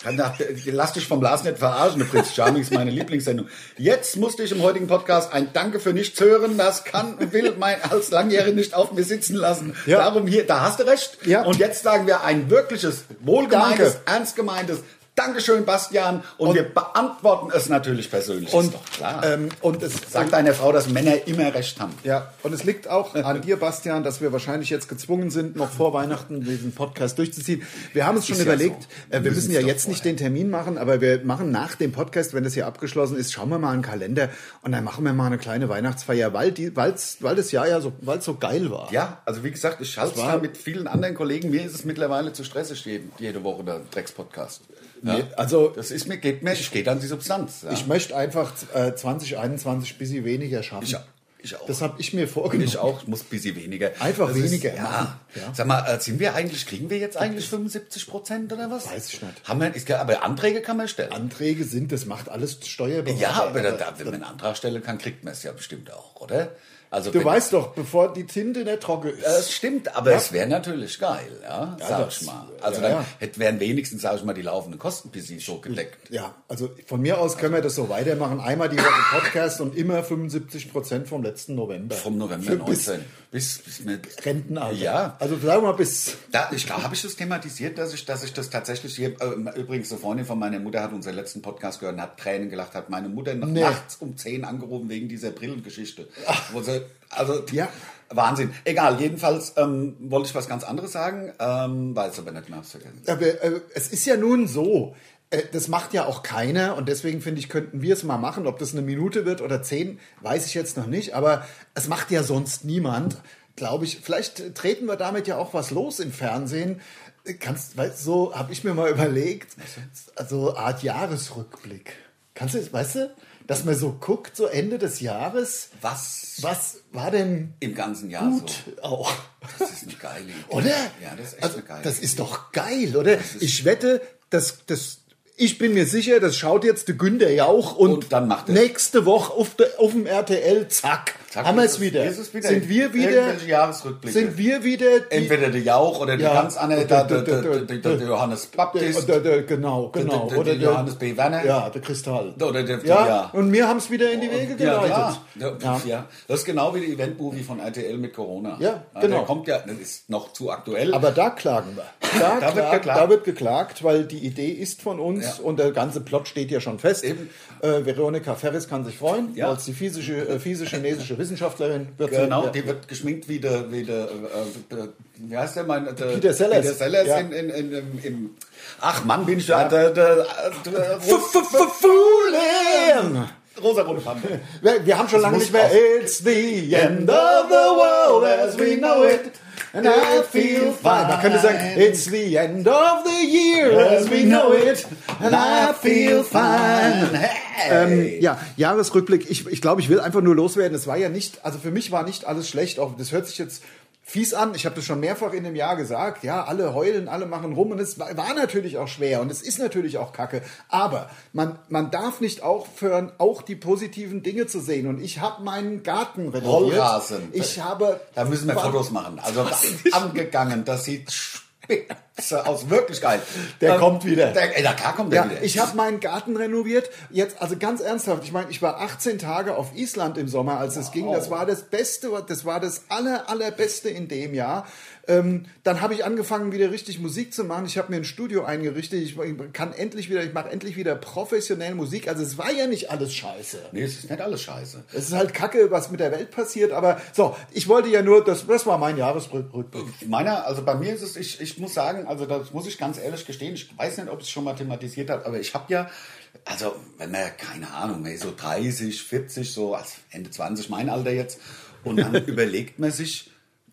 Speaker 2: Dann dachte ich, Lass dich vom Lars nicht verarschen. Der Prinz Charming ist meine Lieblingssendung. Jetzt musste ich im heutigen Podcast ein Danke für nichts hören. Das kann und will mein als Langjähriger nicht auf mir sitzen lassen.
Speaker 1: Ja.
Speaker 2: Darum hier, da hast du recht.
Speaker 1: Ja.
Speaker 2: Und jetzt sagen wir ein wirkliches, wohlgemeintes,
Speaker 1: Danke.
Speaker 2: ernst gemeintes Dankeschön, Bastian. Und, wir beantworten es natürlich persönlich.
Speaker 1: Und,
Speaker 2: ist doch klar.
Speaker 1: Ähm, und es
Speaker 2: Sag deiner Frau, dass Männer immer recht haben.
Speaker 1: Ja, und es liegt auch an dir, Bastian, dass wir wahrscheinlich jetzt gezwungen sind, noch vor Weihnachten diesen Podcast durchzuziehen. Wir haben uns schon
Speaker 2: Ist ja
Speaker 1: überlegt,
Speaker 2: so.
Speaker 1: äh, wir müssen
Speaker 2: Müssen's
Speaker 1: ja
Speaker 2: doch
Speaker 1: jetzt nicht den Termin machen, aber wir machen nach dem Podcast, wenn das hier abgeschlossen ist, schauen wir mal einen Kalender und dann machen wir mal eine kleine Weihnachtsfeier, weil, die, weil's, weil das Jahr ja so, weil's so geil war.
Speaker 2: Ja, also wie gesagt, ich halte es da mit vielen anderen Kollegen. Mir ist es mittlerweile zu stressig, jede, jede Woche der Drecks-Podcast. Ja.
Speaker 1: Mir- also-
Speaker 2: das ist mir, geht mir, ich gehe an die Substanz. Ja.
Speaker 1: Ich möchte einfach äh, 2021 ein bisschen weniger schaffen.
Speaker 2: Ich- ich auch.
Speaker 1: Das habe ich mir vorgenommen.
Speaker 2: ich auch, ich muss ein bisschen weniger.
Speaker 1: Einfach weniger
Speaker 2: Ist, ja.
Speaker 1: machen, ja.
Speaker 2: Sag mal, äh, sind wir eigentlich, kriegen wir jetzt eigentlich 75 Prozent oder was?
Speaker 1: Weiß ich nicht.
Speaker 2: Haben wir, ist, ja- aber Anträge kann man stellen.
Speaker 1: Anträge sind, das macht alles Steuerberater.
Speaker 2: ja, aber da, da, wenn man einen Antrag stellen kann, kriegt man es ja bestimmt auch, oder? Also
Speaker 1: Du
Speaker 2: wenn-
Speaker 1: weißt doch, bevor die Tinte nicht trocken ist.
Speaker 2: Das stimmt, aber es wäre natürlich geil, ja, sag
Speaker 1: das-
Speaker 2: ich mal. Also
Speaker 1: ja,
Speaker 2: dann
Speaker 1: ja.
Speaker 2: hätten- wären wenigstens, sag ich mal, die laufenden Kosten bis sie so gedeckt.
Speaker 1: Ja, also von mir aus können wir das so weitermachen. Einmal die Woche Podcast und immer 75 Prozent vom letzten November.
Speaker 2: Vom November
Speaker 1: Für bis
Speaker 2: 19 bis, bis mit
Speaker 1: Rentenalter.
Speaker 2: Ja.
Speaker 1: Also sagen wir mal bis.
Speaker 2: Da, ich glaube, habe ich das thematisiert, dass ich, dass ich das tatsächlich hier, ähm, übrigens eine Freundin von meiner Mutter hat unseren letzten Podcast gehört und hat Tränen gelacht, hat meine Mutter noch
Speaker 1: Nee.
Speaker 2: nachts um 10 angerufen wegen dieser Brillengeschichte. Wo sie, also,
Speaker 1: Ja.
Speaker 2: Wahnsinn. Egal, jedenfalls ähm, wollte ich was ganz anderes sagen, ähm, weiß aber nicht mehr, hab's vergessen.
Speaker 1: Aber, äh, es ist ja nun so. äh, Das macht ja auch keiner und deswegen finde ich, könnten wir es mal machen. Ob das eine Minute wird oder zehn, weiß ich jetzt noch nicht, aber es macht ja sonst niemand, glaube ich. Vielleicht treten wir damit ja auch was los im Fernsehen. Äh, Kannst, weißt du, so habe ich mir mal überlegt, also Art Jahresrückblick. Kannst du, weißt du, dass man so guckt, so Ende des Jahres,
Speaker 2: Was
Speaker 1: was war denn
Speaker 2: im ganzen Jahr
Speaker 1: gut
Speaker 2: so?
Speaker 1: auch?
Speaker 2: Also, Das ist eine geile Idee.
Speaker 1: Oder?
Speaker 2: Ja, das ist echt
Speaker 1: also,
Speaker 2: eine geile
Speaker 1: Das
Speaker 2: Idee.
Speaker 1: ist doch geil, oder? Ich wette, dass das. Ich bin mir sicher, das schaut jetzt der Günther Jauch und,
Speaker 2: Und dann macht er's.
Speaker 1: nächste Woche auf, de, auf dem RTL, zack,
Speaker 2: Zack,
Speaker 1: Haben wir
Speaker 2: ist
Speaker 1: es wieder.
Speaker 2: Ist es wieder.
Speaker 1: Sind wir wieder-
Speaker 2: Irgendwelche Jahresrückblicke.
Speaker 1: Sind wir wieder die,
Speaker 2: Entweder der Jauch oder die
Speaker 1: Ja.
Speaker 2: ganz andere, der, der,
Speaker 1: Der-
Speaker 2: der,
Speaker 1: der-
Speaker 2: der, der, der Johannes Baptist.
Speaker 1: Der, der, der, genau, genau.
Speaker 2: der- der- der Johannes B. Werner.
Speaker 1: Ja, der Kristall.
Speaker 2: Oder der-
Speaker 1: ja,
Speaker 2: ja. Oh,
Speaker 1: und wir haben es wieder in die Wege geleitet.
Speaker 2: Ja, klar.
Speaker 1: Ja.
Speaker 2: ja. ja, das ist genau wie die Event-Movie von RTL mit Corona.
Speaker 1: Ja,
Speaker 2: Der
Speaker 1: genau.
Speaker 2: kommt ja, das ist noch zu aktuell.
Speaker 1: Aber da klagen wir. Da,
Speaker 2: Da wird
Speaker 1: klagt-
Speaker 2: geklagt.
Speaker 1: da wird geklagt, weil die Idee ist von uns
Speaker 2: Ja.
Speaker 1: und der ganze Plot steht ja schon fest.
Speaker 2: Eben.
Speaker 1: Äh, Veronika Ferris kann sich freuen,
Speaker 2: Ja.
Speaker 1: als die physische, äh, fiese chinesische Wissenschaftlerin wird
Speaker 2: Genau,
Speaker 1: sie.
Speaker 2: die wird geschminkt wie der, wie der, äh, der wie heißt der, mein, der
Speaker 1: Peter Sellers.
Speaker 2: Peter Sellers
Speaker 1: Ja.
Speaker 2: in, in, in, im, im, ach Mann, bin ich da, der, der, der,
Speaker 1: Fu- fu- fu- Fooling!
Speaker 2: rosarote Pampe.
Speaker 1: Wir, wir haben schon lange
Speaker 2: muss
Speaker 1: nicht mehr.
Speaker 2: auf.
Speaker 1: It's the end of the world as we know it. And I feel fine. Man könnte sagen, it's the end of the year as we know it. And I feel fine.
Speaker 2: Hey.
Speaker 1: Ähm, ja, Jahresrückblick. Ich, ich glaube, ich will einfach nur loswerden. Es war ja nicht, also für mich war nicht alles schlecht. Auch das hört sich jetzt fies an. Ich habe das schon mehrfach in dem Jahr gesagt. Ja, alle heulen, alle machen rum. Und es war, war natürlich auch schwer und es ist natürlich auch kacke. Aber man, man darf nicht aufhören, auch die positiven Dinge zu sehen. Und ich habe meinen Garten renoviert.
Speaker 2: Rollrasen.
Speaker 1: Ich habe.
Speaker 2: Da müssen wir
Speaker 1: war-
Speaker 2: Fotos machen. Also angegangen, das sieht spitze aus, wirklich geil.
Speaker 1: Der kommt wieder.
Speaker 2: Der, ey, na klar kommt der
Speaker 1: Ja,
Speaker 2: wieder.
Speaker 1: ich habe meinen Garten renoviert. Jetzt, also ganz ernsthaft, ich meine, ich war 18 Tage auf Island im Sommer, als es ging. Das war das Beste, das war das aller, allerbeste in dem Jahr. Ähm, dann habe ich angefangen, wieder richtig Musik zu machen. Ich habe mir ein Studio eingerichtet. Ich kann endlich wieder, ich mache endlich wieder professionell Musik. Also es war ja nicht alles scheiße.
Speaker 2: nee, es ist nicht alles scheiße.
Speaker 1: Es ist halt Kacke, was mit der Welt passiert. Aber so, ich wollte ja nur, das, das war mein Jahresrückblick.
Speaker 2: Meiner, also bei mir ist es, ich, ich muss sagen, also das muss ich ganz ehrlich gestehen, ich weiß nicht, ob ich es schon mal thematisiert habe, aber ich habe ja, also wenn man, keine Ahnung, man ist so 30, 40, so also Ende 20, mein Alter jetzt, und dann überlegt man sich,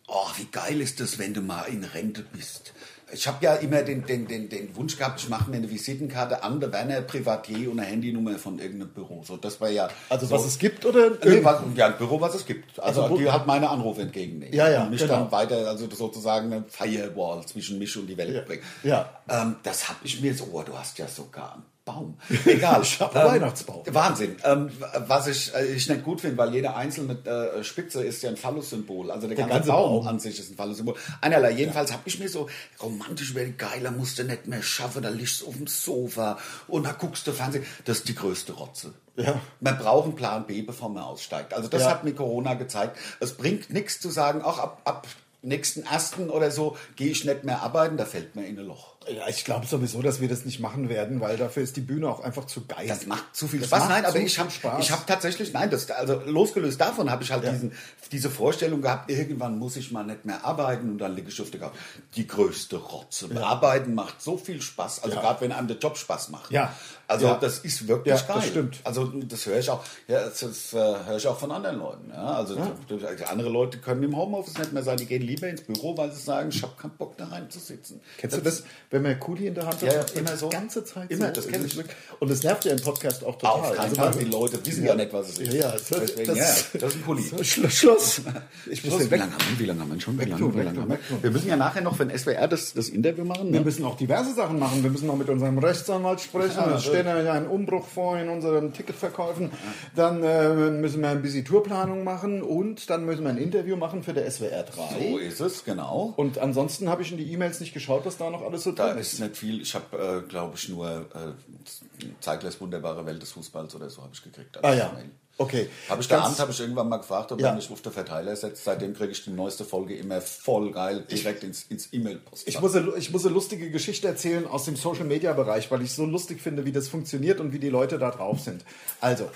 Speaker 2: oh, wie geil ist das, wenn du mal in Rente bist. Ich habe ja immer den, den, den, den Wunsch gehabt, ich mache mir eine Visitenkarte an, der Werner Privatier und eine Handynummer von irgendeinem Büro. So, das war ja.
Speaker 1: Also
Speaker 2: so,
Speaker 1: was es gibt oder?
Speaker 2: Nee, was, ja, ein Büro, was es gibt. Also,
Speaker 1: Also, wo-
Speaker 2: die hat meine Anrufe entgegennehmen.
Speaker 1: Ja, ja,
Speaker 2: Und mich
Speaker 1: genau.
Speaker 2: dann weiter, also sozusagen eine Firewall zwischen mich und die Welt bringen.
Speaker 1: ja.
Speaker 2: Ähm, das habe ich mir so, oh, du hast ja sogar einen Baum. Egal. Ähm,
Speaker 1: Ich hab einen Weihnachtsbaum.
Speaker 2: Wahnsinn. Ähm, was ich, äh, ich nicht gut finde, weil jede einzelne äh, Spitze ist ja ein Phallus-Symbol. Also der, ganze,
Speaker 1: ganze
Speaker 2: Baum,
Speaker 1: Baum.
Speaker 2: an sich ist ein Phallus-Symbol. Einerlei. Jedenfalls habe ich mir so romantisch wäre geiler, musst du nicht mehr schaffen, da liegst du auf dem Sofa und da guckst du Fernsehen. Das ist die größte Rotze.
Speaker 1: Ja.
Speaker 2: Man braucht einen Plan B, bevor man aussteigt. Also das
Speaker 1: Ja.
Speaker 2: hat mir Corona gezeigt. Es bringt nichts zu sagen, auch ab, ab nächsten ersten oder so gehe ich nicht mehr arbeiten, da fällt mir in ein Loch.
Speaker 1: Ja, ich glaube sowieso, dass wir das nicht machen werden, weil dafür ist die Bühne auch einfach zu geil.
Speaker 2: Das macht zu viel
Speaker 1: Das
Speaker 2: Spaß.
Speaker 1: macht
Speaker 2: Nein, aber
Speaker 1: zu
Speaker 2: ich
Speaker 1: viel
Speaker 2: habe
Speaker 1: Spaß.
Speaker 2: ich hab tatsächlich, nein, das, also losgelöst davon habe ich halt diesen, diese Vorstellung gehabt, irgendwann muss ich mal nicht mehr arbeiten und dann liege ich auf der Couch. Die größte Rotze. Arbeiten macht so viel Spaß, also gerade wenn einem der Job Spaß macht.
Speaker 1: Ja.
Speaker 2: Also
Speaker 1: Ja.
Speaker 2: das ist wirklich
Speaker 1: Ja,
Speaker 2: geil.
Speaker 1: das stimmt.
Speaker 2: Also das höre ich auch, ja, das, das äh, höre ich auch von anderen Leuten. Ja? Also die- andere Leute können im Homeoffice nicht mehr sein, die gehen lieber ins Büro, weil sie sagen, ich habe keinen Bock daheim zu sitzen.
Speaker 1: Kennst du das, wenn man Kuli in der Hand hat?
Speaker 2: Ja, ja,
Speaker 1: macht man
Speaker 2: immer
Speaker 1: die
Speaker 2: so.
Speaker 1: ganze Zeit
Speaker 2: Immer,
Speaker 1: so.
Speaker 2: das kenn ich.
Speaker 1: Und das nervt ja im Podcast auch total.
Speaker 2: Auf keinen
Speaker 1: Also
Speaker 2: Fall.
Speaker 1: man-
Speaker 2: Die Leute wissen ja nicht, was es ist.
Speaker 1: Ja, ja, das,
Speaker 2: Deswegen,
Speaker 1: das,
Speaker 2: ja, das ist ein Kuli.
Speaker 1: So, Schlu- Schluss. Ich muss
Speaker 2: Schluss.
Speaker 1: den
Speaker 2: Wie
Speaker 1: weg.
Speaker 2: lange haben wir, wie lange haben wir schon? Wie lange,
Speaker 1: du,
Speaker 2: wie
Speaker 1: weg
Speaker 2: lange
Speaker 1: du,
Speaker 2: haben wir?
Speaker 1: weg du.
Speaker 2: wir müssen ja nachher noch für den SWR das, das Interview machen.
Speaker 1: Wir
Speaker 2: Ne?
Speaker 1: müssen auch diverse Sachen machen. Wir müssen noch mit unserem Rechtsanwalt sprechen.
Speaker 2: Ja,
Speaker 1: es steht nämlich ein Umbruch vor in unseren Ticketverkäufen. Dann äh, müssen wir ein bisschen Tourplanung machen und dann müssen wir ein Interview machen für der SWR 3.
Speaker 2: So ist es, genau.
Speaker 1: Und ansonsten habe ich in die E-Mails nicht geschaut, was da noch alles so
Speaker 2: Da
Speaker 1: drin ist.
Speaker 2: ist nicht viel. Ich habe, äh, glaube ich, nur äh, Zeiglers wunderbare Welt des Fußballs oder so habe ich gekriegt.
Speaker 1: Ah ja, okay.
Speaker 2: Habe ich da
Speaker 1: Ganz-
Speaker 2: Abend habe ich irgendwann mal gefragt, ob
Speaker 1: Ja.
Speaker 2: man mich auf der Verteiler setzt. Seitdem kriege ich die neueste Folge immer voll geil direkt ins, ins E-Mail-Post.
Speaker 1: Ich muss, eine- ich muss eine lustige Geschichte erzählen aus dem Social Media Bereich, weil ich so lustig finde, wie das funktioniert und wie die Leute da drauf sind. Also,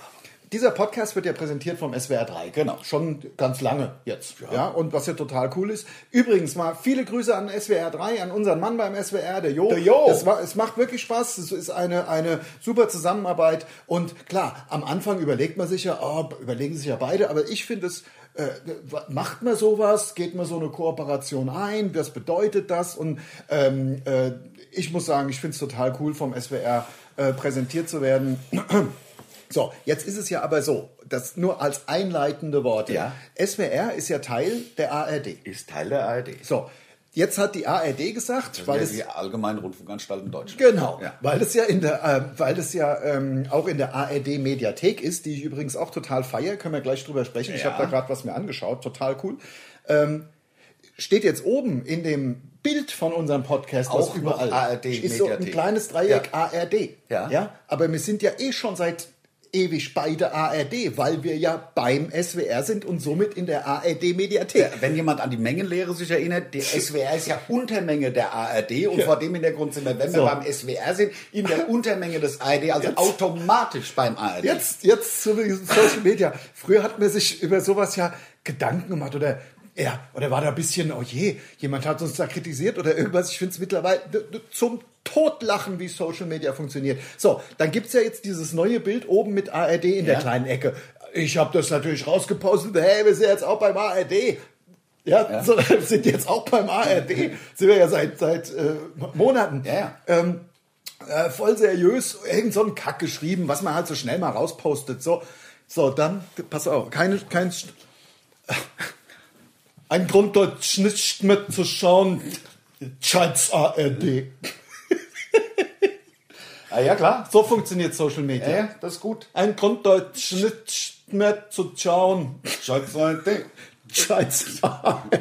Speaker 1: dieser Podcast wird ja präsentiert vom SWR 3, genau. Schon ganz lange jetzt. Ja. und was ja total cool ist. Übrigens mal viele Grüße an SWR 3, an unseren Mann beim SWR, der Jo.
Speaker 2: Der Jo.
Speaker 1: Es, war, es macht wirklich Spaß. Es ist eine, eine super Zusammenarbeit. Und klar, am Anfang überlegt man sich ja, oh, überlegen sich ja beide, aber ich finde es, äh, macht man sowas, geht man so eine Kooperation ein, was bedeutet das? Und ähm, äh, ich muss sagen, ich finde es total cool, vom SWR äh, präsentiert zu werden. So, jetzt ist es ja aber so, das nur als einleitende Worte.
Speaker 2: Ja.
Speaker 1: SWR ist ja Teil der ARD.
Speaker 2: ist Teil der ARD.
Speaker 1: So, Jetzt hat die ARD gesagt,
Speaker 2: Das
Speaker 1: weil
Speaker 2: wäre
Speaker 1: es
Speaker 2: die Allgemeine Rundfunkanstalt in Deutschland.
Speaker 1: Genau,
Speaker 2: Ja.
Speaker 1: weil es ja in der, äh, weil es ja ähm, auch in der ARD Mediathek ist, die ich übrigens auch total feiere, können wir gleich drüber sprechen. Ich
Speaker 2: Ja.
Speaker 1: habe da gerade was mir angeschaut, total cool. Ähm, steht jetzt oben in dem Bild von unserem Podcast was
Speaker 2: Auch noch
Speaker 1: überall
Speaker 2: ARD
Speaker 1: ist so ein
Speaker 2: Mediathek.
Speaker 1: kleines Dreieck ARD.
Speaker 2: Ja.
Speaker 1: ja, aber wir sind ja eh schon seit ewig bei der ARD, weil wir ja beim SWR sind und somit in der ARD Mediathek.
Speaker 2: Äh, Wenn jemand an die Mengenlehre sich erinnert, die SWR ist ja Untermenge der ARD und
Speaker 1: Ja.
Speaker 2: vor dem Hintergrund sind wir, wenn wir
Speaker 1: So.
Speaker 2: beim SWR sind, in der Untermenge des ARD, also automatisch beim ARD.
Speaker 1: Jetzt, jetzt zu diesen Social Media. Früher hat man sich über sowas ja Gedanken gemacht oder ja, oder war da ein bisschen, oh je, jemand hat uns da kritisiert oder irgendwas. Ich finde es mittlerweile d- d- zum Totlachen, wie Social Media funktioniert. So, dann gibt es ja jetzt dieses neue Bild oben mit ARD in der
Speaker 2: Ja.
Speaker 1: kleinen Ecke. Ich habe das natürlich rausgepostet, hey, wir sind jetzt auch beim ARD. Ja, So, sind jetzt auch beim ARD. Sind wir ja seit, seit äh, Monaten.
Speaker 2: Ja, ja.
Speaker 1: Ähm, äh, voll seriös irgend so einen Kack geschrieben, was man halt so schnell mal rauspostet. So, so dann, pass auf, keine, kein, Sch- ein Grund, dort nicht mehr zu schauen. Scheiß ARD.
Speaker 2: Ah, ja, klar.
Speaker 1: So funktioniert Social Media.
Speaker 2: Ja, ja, das ist gut.
Speaker 1: Ein Grund, dort nicht mehr zu schauen.
Speaker 2: Schatz, ARD.
Speaker 1: Scheiß ARD.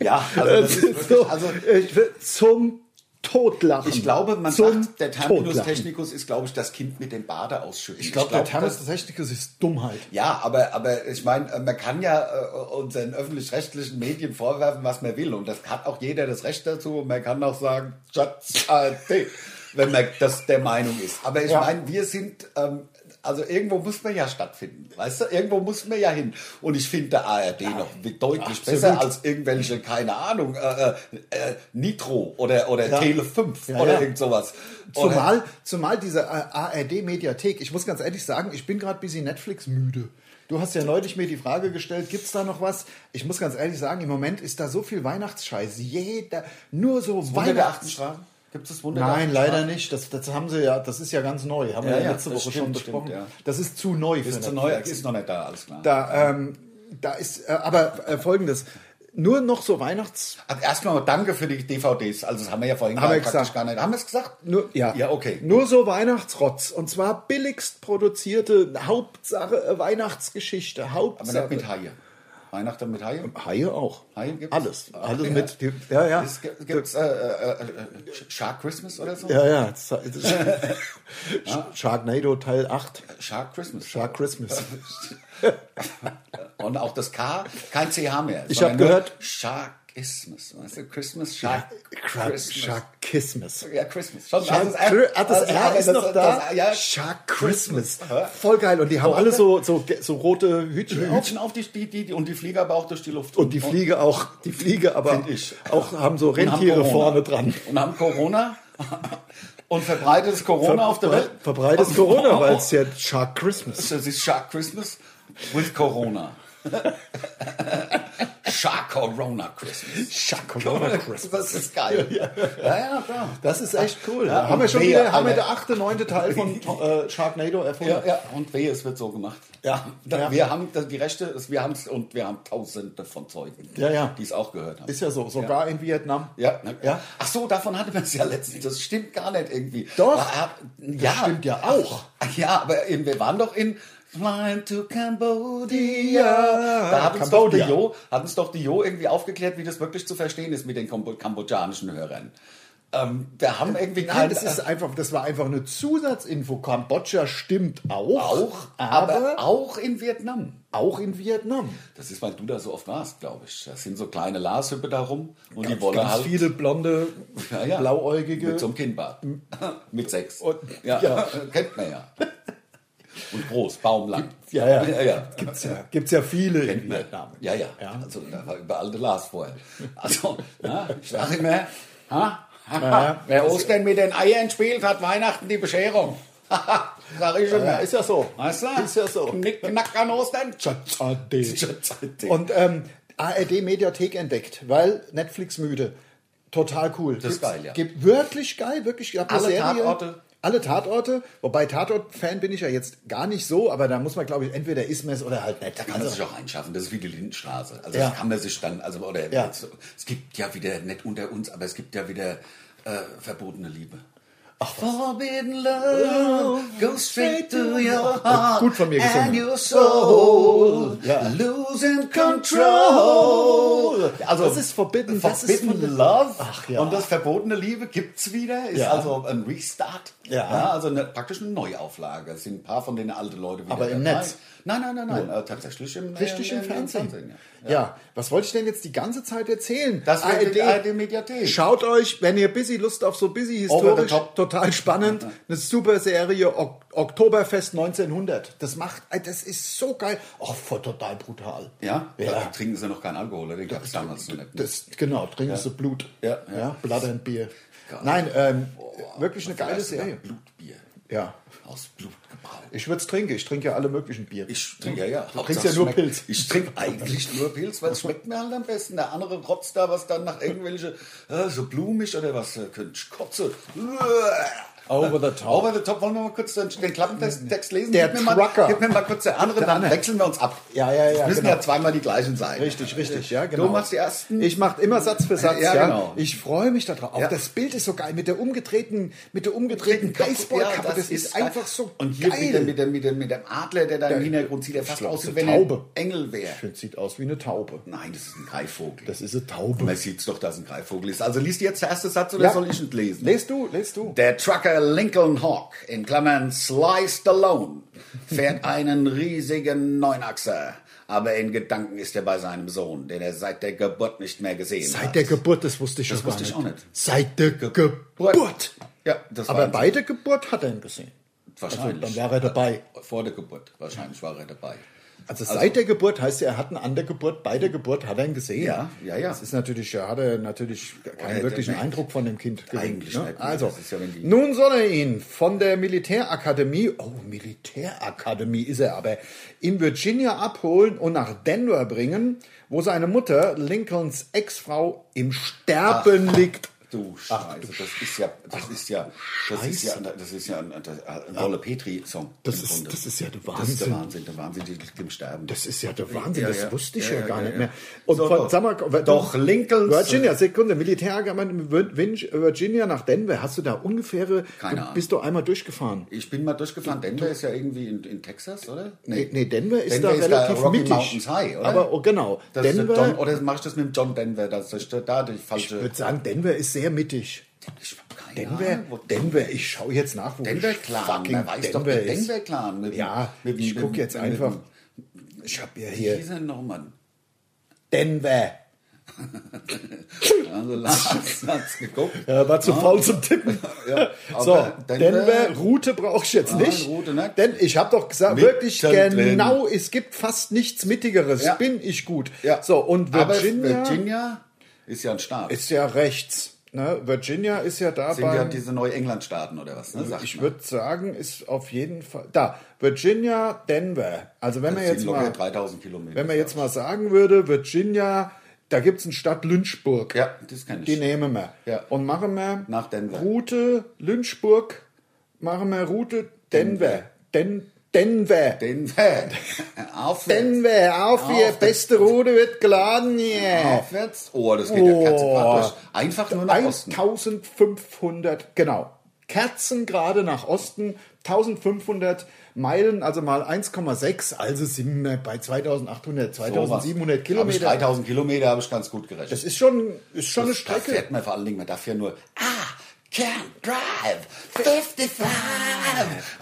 Speaker 2: Ja, also das ist wirklich-
Speaker 1: so,
Speaker 2: also-
Speaker 1: ich will zum Totlachen.
Speaker 2: Ich glaube, man
Speaker 1: Zum
Speaker 2: sagt, der Terminus
Speaker 1: Totlachen.
Speaker 2: technicus ist, glaube ich, das Kind mit dem Bade ausschütten.
Speaker 1: Ich glaube, der Terminus
Speaker 2: das-
Speaker 1: Technicus ist Dummheit.
Speaker 2: Ja, aber, aber ich meine, äh, man kann ja äh, unseren öffentlich-rechtlichen Medien vorwerfen, was man will. Und das hat auch jeder das Recht dazu. Und man kann auch sagen, Schatz, ARD, wenn man das der Meinung ist. Aber ich
Speaker 1: Ja.
Speaker 2: meine, wir sind, ähm, also irgendwo muss man ja stattfinden. Weißt du, irgendwo muss man ja hin. Und ich finde der ARD noch deutlich
Speaker 1: absolut.
Speaker 2: besser als irgendwelche, keine Ahnung, äh, äh, äh, Nitro oder, oder
Speaker 1: Ja.
Speaker 2: Tele 5
Speaker 1: Ja,
Speaker 2: oder
Speaker 1: ja.
Speaker 2: irgend sowas. Oder-
Speaker 1: Zumal, zumal diese ARD-Mediathek, ich muss ganz ehrlich sagen, ich bin gerade bisschen Netflix müde. Du hast ja neulich mir die Frage gestellt, gibt's da noch was? Ich muss ganz ehrlich sagen, im Moment ist da so viel Weihnachtsscheiß. Jeder, nur so
Speaker 2: Wunder der achten
Speaker 1: Weihnachts...
Speaker 2: Straßen? Gibt es das Wunder
Speaker 1: Nein,
Speaker 2: der achten
Speaker 1: leider nicht. Das, das haben sie ja, das ist ja ganz neu. Haben
Speaker 2: Ja,
Speaker 1: wir ja
Speaker 2: ja,
Speaker 1: letzte
Speaker 2: das
Speaker 1: Woche
Speaker 2: stimmt,
Speaker 1: schon
Speaker 2: stimmt,
Speaker 1: besprochen.
Speaker 2: ja.
Speaker 1: Das ist zu neu für
Speaker 2: Ist zu
Speaker 1: Netflix.
Speaker 2: neu, ist noch nicht da, alles klar.
Speaker 1: Da, ähm, da ist, äh, aber äh, folgendes, nur noch so Weihnachts...
Speaker 2: Also erstmal danke für die DVDs. Also das haben wir ja vorhin
Speaker 1: Haben wir
Speaker 2: praktisch
Speaker 1: gesagt.
Speaker 2: gar nicht. Haben wir es gesagt?
Speaker 1: Nur, ja.
Speaker 2: Ja, okay.
Speaker 1: Nur so Weihnachtsrotz. Und zwar billigst produzierte Hauptsache äh, Weihnachtsgeschichte.
Speaker 2: Aber
Speaker 1: Hauptsache.
Speaker 2: nicht mit Haie. Weihnachten mit Haie?
Speaker 1: Haie auch.
Speaker 2: Haie gibt's?
Speaker 1: Alles.
Speaker 2: Ah,
Speaker 1: Alles
Speaker 2: ja.
Speaker 1: mit. Ja, ja.
Speaker 2: Ist- Gibt's äh, äh, äh, äh, Shark Christmas oder so?
Speaker 1: Ja, ja. Das- das- Sch- Sharknado Teil 8.
Speaker 2: Shark Christmas.
Speaker 1: Shark Christmas.
Speaker 2: Und auch das K, kein CH mehr.
Speaker 1: Ich
Speaker 2: sondern
Speaker 1: hab
Speaker 2: nur
Speaker 1: gehört-
Speaker 2: Sharkismus. Weißt du, Christmas, Shark, Christmas.
Speaker 1: Shark Christmas.
Speaker 2: Ja, Christmas. Schon,
Speaker 1: Shark,
Speaker 2: also das R-
Speaker 1: ah, das
Speaker 2: also
Speaker 1: R ist
Speaker 2: das-
Speaker 1: noch da.
Speaker 2: das- Ja,
Speaker 1: Shark Christmas. Voll geil. Und die haben alle so, so, so rote Hütchen auf.
Speaker 2: Hütchen auf die, die, die, die, und die Flieger aber auch durch die Luft.
Speaker 1: Und die Fliege auch. Die Fliege aber
Speaker 2: Find ich.
Speaker 1: auch haben so
Speaker 2: Und haben
Speaker 1: Rentiere
Speaker 2: Corona.
Speaker 1: vorne dran.
Speaker 2: Und haben Corona und verbreitet das Corona auf der Welt.
Speaker 1: Verbreitet Corona, weil es ja Shark Christmas.
Speaker 2: Das ist Shark Christmas with Corona. Shark Corona Christmas.
Speaker 1: Shark Corona
Speaker 2: Das ist geil. Ja, ja, klar.
Speaker 1: Das ist echt cool.
Speaker 2: Ja,
Speaker 1: haben wir
Speaker 2: und
Speaker 1: schon
Speaker 2: wer,
Speaker 1: wieder, haben wir
Speaker 2: Alter.
Speaker 1: der achte, neunte Teil von äh, Sharknado erfunden.
Speaker 2: Ja, ja, und wehe, es wird so gemacht.
Speaker 1: Ja.
Speaker 2: Da,
Speaker 1: Ja.
Speaker 2: Wir haben das- die Rechte, das- wir haben es und wir haben tausende von Zeugen,
Speaker 1: Ja, ja.
Speaker 2: die es auch gehört haben.
Speaker 1: Ist ja so, sogar in Vietnam.
Speaker 2: Ja, ne?
Speaker 1: Ja.
Speaker 2: Ach so, davon hatte man es ja letztens. Das stimmt gar nicht irgendwie.
Speaker 1: Doch.
Speaker 2: Da- ja.
Speaker 1: stimmt ja auch.
Speaker 2: Ach, Ja, aber eben, wir waren doch in Flying to Cambodia.
Speaker 1: Ja,
Speaker 2: Da hat uns, doch die
Speaker 1: Cambodia.
Speaker 2: jo, hat uns doch die Jo irgendwie aufgeklärt, wie das wirklich zu verstehen ist mit den Kambo kambodschanischen Hörern. Ähm, wir haben irgendwie
Speaker 1: Äh, Nein,
Speaker 2: kein- äh,
Speaker 1: das ist einfach, das war einfach eine Zusatzinfo. Kambodscha stimmt auch,
Speaker 2: auch, aber
Speaker 1: aber
Speaker 2: auch in Vietnam.
Speaker 1: auch in Vietnam.
Speaker 2: Das ist, weil du da so oft warst, glaube ich. Das sind so kleine Larshüppe da rum und die wollen
Speaker 1: Ganz
Speaker 2: halt
Speaker 1: viele blonde,
Speaker 2: Ja, ja.
Speaker 1: blauäugige.
Speaker 2: mit so einem Kinnbart. mit sechs.
Speaker 1: Und-
Speaker 2: ja.
Speaker 1: ja.
Speaker 2: kennt man ja. Und groß, baumlang.
Speaker 1: ja, ja.
Speaker 2: ja, ja.
Speaker 1: Gibt's ja, gibt's ja viele in
Speaker 2: Kennt man.
Speaker 1: Vietnam.
Speaker 2: Ja, ja,
Speaker 1: Ja.
Speaker 2: Also da war überall der Lars vorher. Also, ja, ich sage immer, ha? Ha,
Speaker 1: ja.
Speaker 2: wer Ostern mit den Eiern spielt, hat Weihnachten die Bescherung. sag ich immer.
Speaker 1: Ja, ist ja so.
Speaker 2: Weißt du?
Speaker 1: Ist ja so.
Speaker 2: Knick, knack an Ostern.
Speaker 1: Ade.
Speaker 2: Ade.
Speaker 1: Und ähm, ARD Mediathek entdeckt, weil Netflix müde. Total cool. Das
Speaker 2: ist geil, ja.
Speaker 1: Gibt wirklich geil, wirklich. Ich hab eine
Speaker 2: Alle Tatorte.
Speaker 1: alle Tatorte, wobei Tatort-Fan bin ich ja jetzt gar nicht so, aber da muss man, glaube ich, entweder ist man es oder halt nicht.
Speaker 2: Da kann man sich auch einschaffen, das ist wie die Lindenstraße. Also
Speaker 1: Ja.
Speaker 2: das kann man sich dann, also oder
Speaker 1: Ja.
Speaker 2: jetzt, es gibt ja wieder, nicht unter uns, aber es gibt ja wieder äh, verbotene Liebe. Ach, Forbidden
Speaker 1: Oh.
Speaker 2: love, go straight to your heart
Speaker 1: Gut von mir gesungen.
Speaker 2: and your soul,
Speaker 1: Ja.
Speaker 2: losing control.
Speaker 1: Also, das ist Forbidden, das ist
Speaker 2: Forbidden
Speaker 1: Forbidden-
Speaker 2: Love
Speaker 1: Ach ja.
Speaker 2: und das verbotene Liebe gibt's wieder, ist
Speaker 1: Ja.
Speaker 2: also ein Restart,
Speaker 1: Ja.
Speaker 2: also eine, praktisch eine Neuauflage. Es sind ein paar von denen alte Leute wieder
Speaker 1: Aber im
Speaker 2: dabei.
Speaker 1: Netz?
Speaker 2: Nein, nein, nein, nein, äh, tatsächlich im
Speaker 1: Richtig
Speaker 2: äh,
Speaker 1: im Fernsehen.
Speaker 2: ja.
Speaker 1: Ja. was wollte ich denn jetzt die ganze Zeit erzählen?
Speaker 2: Das wird die ARD Mediathek.
Speaker 1: Schaut euch, wenn ihr busy Lust auf so busy
Speaker 2: Over the
Speaker 1: historisch,
Speaker 2: top.
Speaker 1: total spannend, eine super Serie Ok Oktoberfest 1900. Das macht, das ist so geil. Oh, voll total brutal.
Speaker 2: Ja? Da
Speaker 1: ja.
Speaker 2: trinken sie noch keinen Alkohol, oder? den gab es damals noch nicht. ne?
Speaker 1: Das, genau, trinken sie Blut.
Speaker 2: Ja, ja.
Speaker 1: ja. Blood and Beer.
Speaker 2: Geil.
Speaker 1: Nein, ähm,
Speaker 2: Boah,
Speaker 1: wirklich
Speaker 2: was
Speaker 1: eine geile
Speaker 2: heißt das?
Speaker 1: Serie.
Speaker 2: Blutbier.
Speaker 1: Ja.
Speaker 2: Aus Blut gebraut.
Speaker 1: Ich würde es trinken. Ich trinke ja alle möglichen Bier.
Speaker 2: Ich trinke ja, ja.
Speaker 1: Du trinkst
Speaker 2: Hauptsache
Speaker 1: ja nur
Speaker 2: schmeckt-
Speaker 1: Pilz.
Speaker 2: Ich trinke eigentlich nur Pilz, weil es schmeckt mir halt am besten. Der andere rotzt da was dann nach irgendwelche, äh, so blumig oder was, äh, könnte ich kotze.
Speaker 1: Äh. Over the top.
Speaker 2: Over the top. Wollen wir mal kurz den, den Klappentext lesen?
Speaker 1: Der
Speaker 2: gib mir mal,
Speaker 1: Trucker.
Speaker 2: gib mir mal kurz den anderen, dann wechseln wir uns ab.
Speaker 1: Ja, ja, ja,
Speaker 2: Es müssen
Speaker 1: genau.
Speaker 2: ja zweimal die gleichen sein.
Speaker 1: Richtig, richtig, ja, genau.
Speaker 2: Du machst die ersten.
Speaker 1: Ich mache immer Satz für Satz,
Speaker 2: Ja,
Speaker 1: ja.
Speaker 2: genau.
Speaker 1: Ich freue mich darauf. Auch
Speaker 2: Ja.
Speaker 1: das Bild ist so geil mit der umgedrehten, mit der umgedrehten Baseballkappe. das, ist,
Speaker 2: geil.
Speaker 1: einfach so
Speaker 2: Und hier
Speaker 1: geil.
Speaker 2: Mit, dem, mit, dem, mit, dem, mit dem Adler, der da im Hintergrund sieht, der fast
Speaker 1: glaub,
Speaker 2: aussieht,
Speaker 1: eine
Speaker 2: wenn
Speaker 1: Taube.
Speaker 2: er ein Engel wäre.
Speaker 1: Das sieht aus wie eine Taube.
Speaker 2: Nein, das ist ein Greifvogel.
Speaker 1: Das ist eine Taube.
Speaker 2: Man sieht doch, dass ein Greifvogel ist. Also liest jetzt der erste Satz oder
Speaker 1: Ja.
Speaker 2: soll ich ihn lesen?
Speaker 1: Lest du, lest du.
Speaker 2: Der Trucker Lincoln Hawk, in Klammern Sly Stallone, fährt einen riesigen Neunachser. Aber in Gedanken ist er bei seinem Sohn, den er seit der Geburt nicht mehr gesehen hat.
Speaker 1: Seit der Geburt, das wusste ich
Speaker 2: Das
Speaker 1: schon gar
Speaker 2: wusste ich
Speaker 1: nicht.
Speaker 2: auch nicht.
Speaker 1: Seit der Geburt.
Speaker 2: Ja, das
Speaker 1: Aber
Speaker 2: war
Speaker 1: bei der Geburt hat er ihn gesehen.
Speaker 2: wahrscheinlich.
Speaker 1: dann wäre er dabei.
Speaker 2: Vor der Geburt, wahrscheinlich war er dabei.
Speaker 1: Also, seit der Geburt heißt ja, er hat ihn an der Geburt, bei der Geburt hat er ihn gesehen.
Speaker 2: Ja, ja, ja.
Speaker 1: Das ist natürlich, ja, hat er natürlich keinen
Speaker 2: der-
Speaker 1: wirklichen
Speaker 2: der-
Speaker 1: Eindruck von dem Kind gewinnt,
Speaker 2: Eigentlich
Speaker 1: ne?
Speaker 2: nicht, ne?
Speaker 1: Also,
Speaker 2: Das ist ja, wenn die-
Speaker 1: nun soll er ihn von der Militärakademie, oh, Militärakademie ist er aber, in Virginia abholen und nach Denver bringen, wo seine Mutter, Lincolns Ex-Frau, im Sterben liegt.
Speaker 2: Du Scheiße, das ist ja, das ist ja, das ist ja, das ist ja ein, ein Wolle Petri-Song.
Speaker 1: Das
Speaker 2: im
Speaker 1: ist-
Speaker 2: Grunde.
Speaker 1: das ist ja der
Speaker 2: Das ist der
Speaker 1: Wahnsinn.
Speaker 2: Wahnsinn, der Wahnsinn, die liegt im Sterben.
Speaker 1: Das ist ja der Wahnsinn,
Speaker 2: Ja,
Speaker 1: das
Speaker 2: ja.
Speaker 1: wusste ich
Speaker 2: Ja,
Speaker 1: ja,
Speaker 2: ja,
Speaker 1: gar
Speaker 2: ja,
Speaker 1: nicht
Speaker 2: ja.
Speaker 1: mehr. Und
Speaker 2: So,
Speaker 1: von,
Speaker 2: doch.
Speaker 1: sag mal,
Speaker 2: Doch, Lincolns-
Speaker 1: Virginia, Sekunde, Militär, Virginia nach Denver, hast du da ungefähre,
Speaker 2: Keine
Speaker 1: du
Speaker 2: Ahnung.
Speaker 1: bist du einmal durchgefahren?
Speaker 2: Ich bin mal durchgefahren. Denver ist ja irgendwie in, in Texas, oder?
Speaker 1: Nee, nee Denver ist
Speaker 2: Denver
Speaker 1: da
Speaker 2: ist da
Speaker 1: relativ
Speaker 2: Rocky
Speaker 1: mittig.
Speaker 2: Mountains High, oder?
Speaker 1: Aber oh, genau,
Speaker 2: Das ist der John,
Speaker 1: Denver,
Speaker 2: oder mache ich das mit dem John Denver? Das ist der- da die
Speaker 1: ich
Speaker 2: falsche.
Speaker 1: würde sagen, Denver ist sehr mittig.
Speaker 2: Ich hab keine
Speaker 1: Denver,
Speaker 2: Ahnung, wo-
Speaker 1: Denver, ich schaue jetzt nach, wo
Speaker 2: Denver
Speaker 1: ich
Speaker 2: Clan.
Speaker 1: fucking
Speaker 2: Man weiß doch, der Denver Clan. Mit, dem-
Speaker 1: Ja,
Speaker 2: mit, dem-
Speaker 1: ich gucke
Speaker 2: mit-
Speaker 1: jetzt
Speaker 2: mit-
Speaker 1: einfach. Ich habe ja
Speaker 2: Wie
Speaker 1: hier
Speaker 2: hieß er nochmal?
Speaker 1: Denver.
Speaker 2: Also Lars hat's geguckt.
Speaker 1: Er war zu
Speaker 2: Ah.
Speaker 1: faul zum Tippen.
Speaker 2: Ja, aber
Speaker 1: so,
Speaker 2: Denver-
Speaker 1: Denver, Route brauche ich jetzt
Speaker 2: Nein,
Speaker 1: nicht.
Speaker 2: Route nicht.
Speaker 1: Denn ich habe doch gesagt,
Speaker 2: Mitten
Speaker 1: wirklich genau, es gibt fast nichts Mittigeres.
Speaker 2: Ja.
Speaker 1: Bin ich gut.
Speaker 2: Ja.
Speaker 1: So, und Virginia,
Speaker 2: Aber Virginia ist ja ein Staat.
Speaker 1: ist ja rechts. Ne? Virginia ist ja
Speaker 2: Sind ja
Speaker 1: dabei.
Speaker 2: diese Neuengland-Staaten oder was? Ne? Sagt
Speaker 1: Ich
Speaker 2: man.
Speaker 1: würde sagen, ist auf jeden Fall. Da, Virginia, Denver. Also, wenn man
Speaker 2: Das sind
Speaker 1: jetzt
Speaker 2: locker
Speaker 1: mal.
Speaker 2: 3000 Kilometer.
Speaker 1: Wenn man jetzt mal sagen würde, Virginia, da gibt es eine Stadt Lynchburg.
Speaker 2: Ja, das kenn ich.
Speaker 1: Die nehmen wir.
Speaker 2: Ja.
Speaker 1: Und machen wir
Speaker 2: Nach Denver.
Speaker 1: Route Lynchburg, machen wir Route Denver. Den, Denver.
Speaker 2: Denver. Aufwärts.
Speaker 1: Denver, auf hier,
Speaker 2: Auf-
Speaker 1: beste Route wird geladen hier.
Speaker 2: Aufwärts. Oh, das geht ja katzenpart durch. Einfach nur nach Osten.
Speaker 1: 1500, genau. Kerzengrade nach Osten, 1500 Meilen, also mal 1,6, also sind wir bei 2800, 2700
Speaker 2: Hab ich
Speaker 1: Kilometer.
Speaker 2: 3000 Kilometer habe ich ganz gut gerechnet.
Speaker 1: Das ist schon, ist schon eine
Speaker 2: Das
Speaker 1: Strecke.
Speaker 2: fährt man vor allen Dingen, man darf ja nur, ah, can't drive, 55.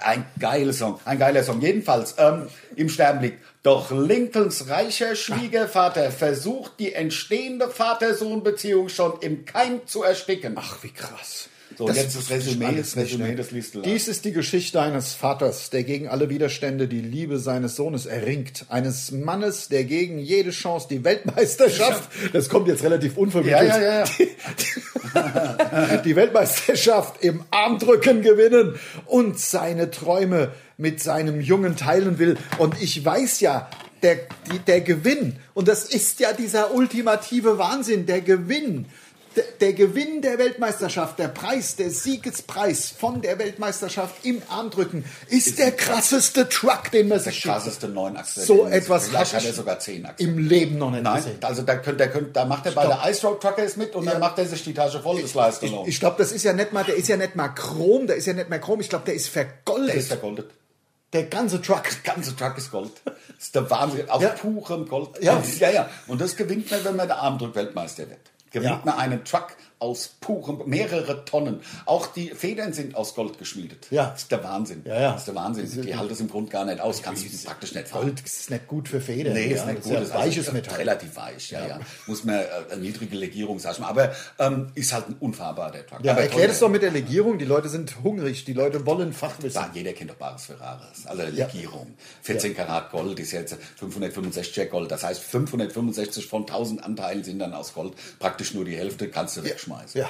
Speaker 2: Ein geiler Song, ein geiler Song. Jedenfalls, ähm, im Sterben liegt. Doch Lincolns reicher Schwiegervater versucht, die entstehende Vater-Sohn-Beziehung schon im Keim zu ersticken.
Speaker 1: Ach, wie krass.
Speaker 2: So, jetzt das
Speaker 1: wusste ich
Speaker 2: Resümee,
Speaker 1: alles
Speaker 2: das
Speaker 1: nicht,
Speaker 2: Resümee,
Speaker 1: ne?
Speaker 2: das liest du leider.
Speaker 1: Dies ist die Geschichte eines Vaters, der gegen alle Widerstände die Liebe seines Sohnes erringt. Eines Mannes, der gegen jede Chance die Weltmeisterschaft, das kommt jetzt relativ unvermittelt,
Speaker 2: Ja, ja, ja,
Speaker 1: die Weltmeisterschaft im Armdrücken gewinnen und seine Träume mit seinem Jungen teilen will. Und ich weiß ja, der, die, der Gewinn, und das ist ja dieser ultimative Wahnsinn, der Gewinn der, der Gewinn der Weltmeisterschaft, der Preis, der Siegespreis von der Weltmeisterschaft im Armdrücken ist, der krasseste Truck, den man sich schießt.
Speaker 2: krasseste Neunachser.
Speaker 1: So etwas
Speaker 2: Vielleicht
Speaker 1: hab
Speaker 2: hat
Speaker 1: ich
Speaker 2: er sogar Zehnachser.
Speaker 1: Im Leben noch nicht
Speaker 2: Nein,
Speaker 1: gesehen.
Speaker 2: also da, könnt, da, könnt, da macht er bei der Ice Road Truckers mit und dann macht er sich die Tasche voll, das leistet noch.
Speaker 1: Ich glaube, das ist ja nicht mal, der ist ja nicht mal chrom, der ist ja nicht mal chrom. Ich glaube, der ist vergoldet.
Speaker 2: Der
Speaker 1: Der,
Speaker 2: ist vergoldet.
Speaker 1: ganze Truck.
Speaker 2: Der ganze Truck ist Gold. Das ist der Wahnsinn. Aus
Speaker 1: Ja.
Speaker 2: purem Gold.
Speaker 1: Ja.
Speaker 2: Und, ja, ja. Und das gewinnt man, wenn man der Armdruck-Weltmeister wird. Gewinnt
Speaker 1: Ja.
Speaker 2: man einen Truck aus purem, mehrere Tonnen. Auch die Federn sind aus Gold geschmiedet.
Speaker 1: Ja.
Speaker 2: Das ist der Wahnsinn.
Speaker 1: Ja, ja.
Speaker 2: Das ist der Wahnsinn. Die halten es im Grund gar nicht aus. Kannst du praktisch nicht fahren.
Speaker 1: Gold ist nicht gut für Federn.
Speaker 2: Nee,
Speaker 1: ja,
Speaker 2: ist nicht
Speaker 1: das
Speaker 2: gut.
Speaker 1: ja
Speaker 2: Das ist also
Speaker 1: weiches
Speaker 2: eigentlich
Speaker 1: Metall.
Speaker 2: Relativ weich, ja, ja. Muss man äh, eine niedrige Legierung, sag ich mal. Aber ähm, ist halt ein unfahrbar, der Truck.
Speaker 1: Ja,
Speaker 2: Aber
Speaker 1: erklär
Speaker 2: toll,
Speaker 1: das doch mit der Legierung. Die Leute sind hungrig. Die Leute wollen Fachwissen.
Speaker 2: Ja, jeder kennt doch Bares Ferraris, also Legierung. 14 Karat Gold ist jetzt 565er Gold. Das heißt, 565 von 1000 Anteilen sind dann aus Gold. Praktisch nur die Hälfte kannst du wegschmeißen.
Speaker 1: Ja.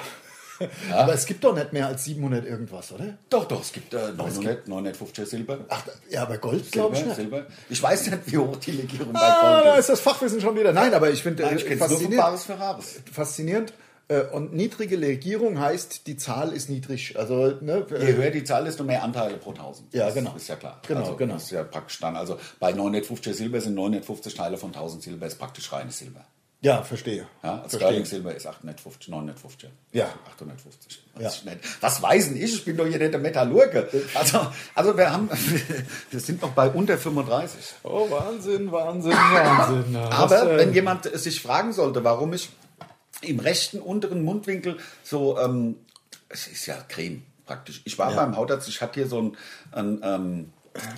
Speaker 1: Aber es gibt doch nicht mehr als 700 irgendwas, oder?
Speaker 2: Doch, doch, es gibt äh, 900, 950er Silber.
Speaker 1: Ach, ja, aber Gold, glaube ich
Speaker 2: Silber,
Speaker 1: nicht.
Speaker 2: Silber. Ich weiß nicht, wie hoch die Legierung bei
Speaker 1: Ah, da
Speaker 2: Gold ist.
Speaker 1: ist das Fachwissen schon wieder. Nein, aber ich finde
Speaker 2: Nein,
Speaker 1: äh,
Speaker 2: ich kenn's nur von
Speaker 1: faszinierend.
Speaker 2: Bares Ferraris.
Speaker 1: faszinierend. Äh, Und niedrige Legierung heißt, die Zahl ist niedrig. Also, ne,
Speaker 2: Je
Speaker 1: äh,
Speaker 2: höher die Zahl, desto mehr Anteile pro 1000.
Speaker 1: Ja,
Speaker 2: Das
Speaker 1: genau.
Speaker 2: Ist ja klar.
Speaker 1: Genau,
Speaker 2: also,
Speaker 1: genau.
Speaker 2: Das ist ja praktisch dann. Also bei 950er Silber sind 950 Teile von 1000 Silber, ist praktisch reines Silber.
Speaker 1: ja, verstehe.
Speaker 2: Ja, das
Speaker 1: verstehe.
Speaker 2: Sterling Silber ist 850, 950.
Speaker 1: Ja.
Speaker 2: 850.
Speaker 1: Ja.
Speaker 2: Was, ja. was weiß denn ich? Ich bin doch hier nicht der Metallurge. Also, also wir haben, wir sind noch bei unter 35.
Speaker 1: Oh, Wahnsinn, Wahnsinn, Wahnsinn. Ja,
Speaker 2: Aber
Speaker 1: das, äh,
Speaker 2: wenn jemand es sich fragen sollte, warum ich im rechten unteren Mundwinkel so, ähm, es ist ja Creme praktisch. Ich war beim Hautarzt, ich hatte hier so ein, ein, ähm,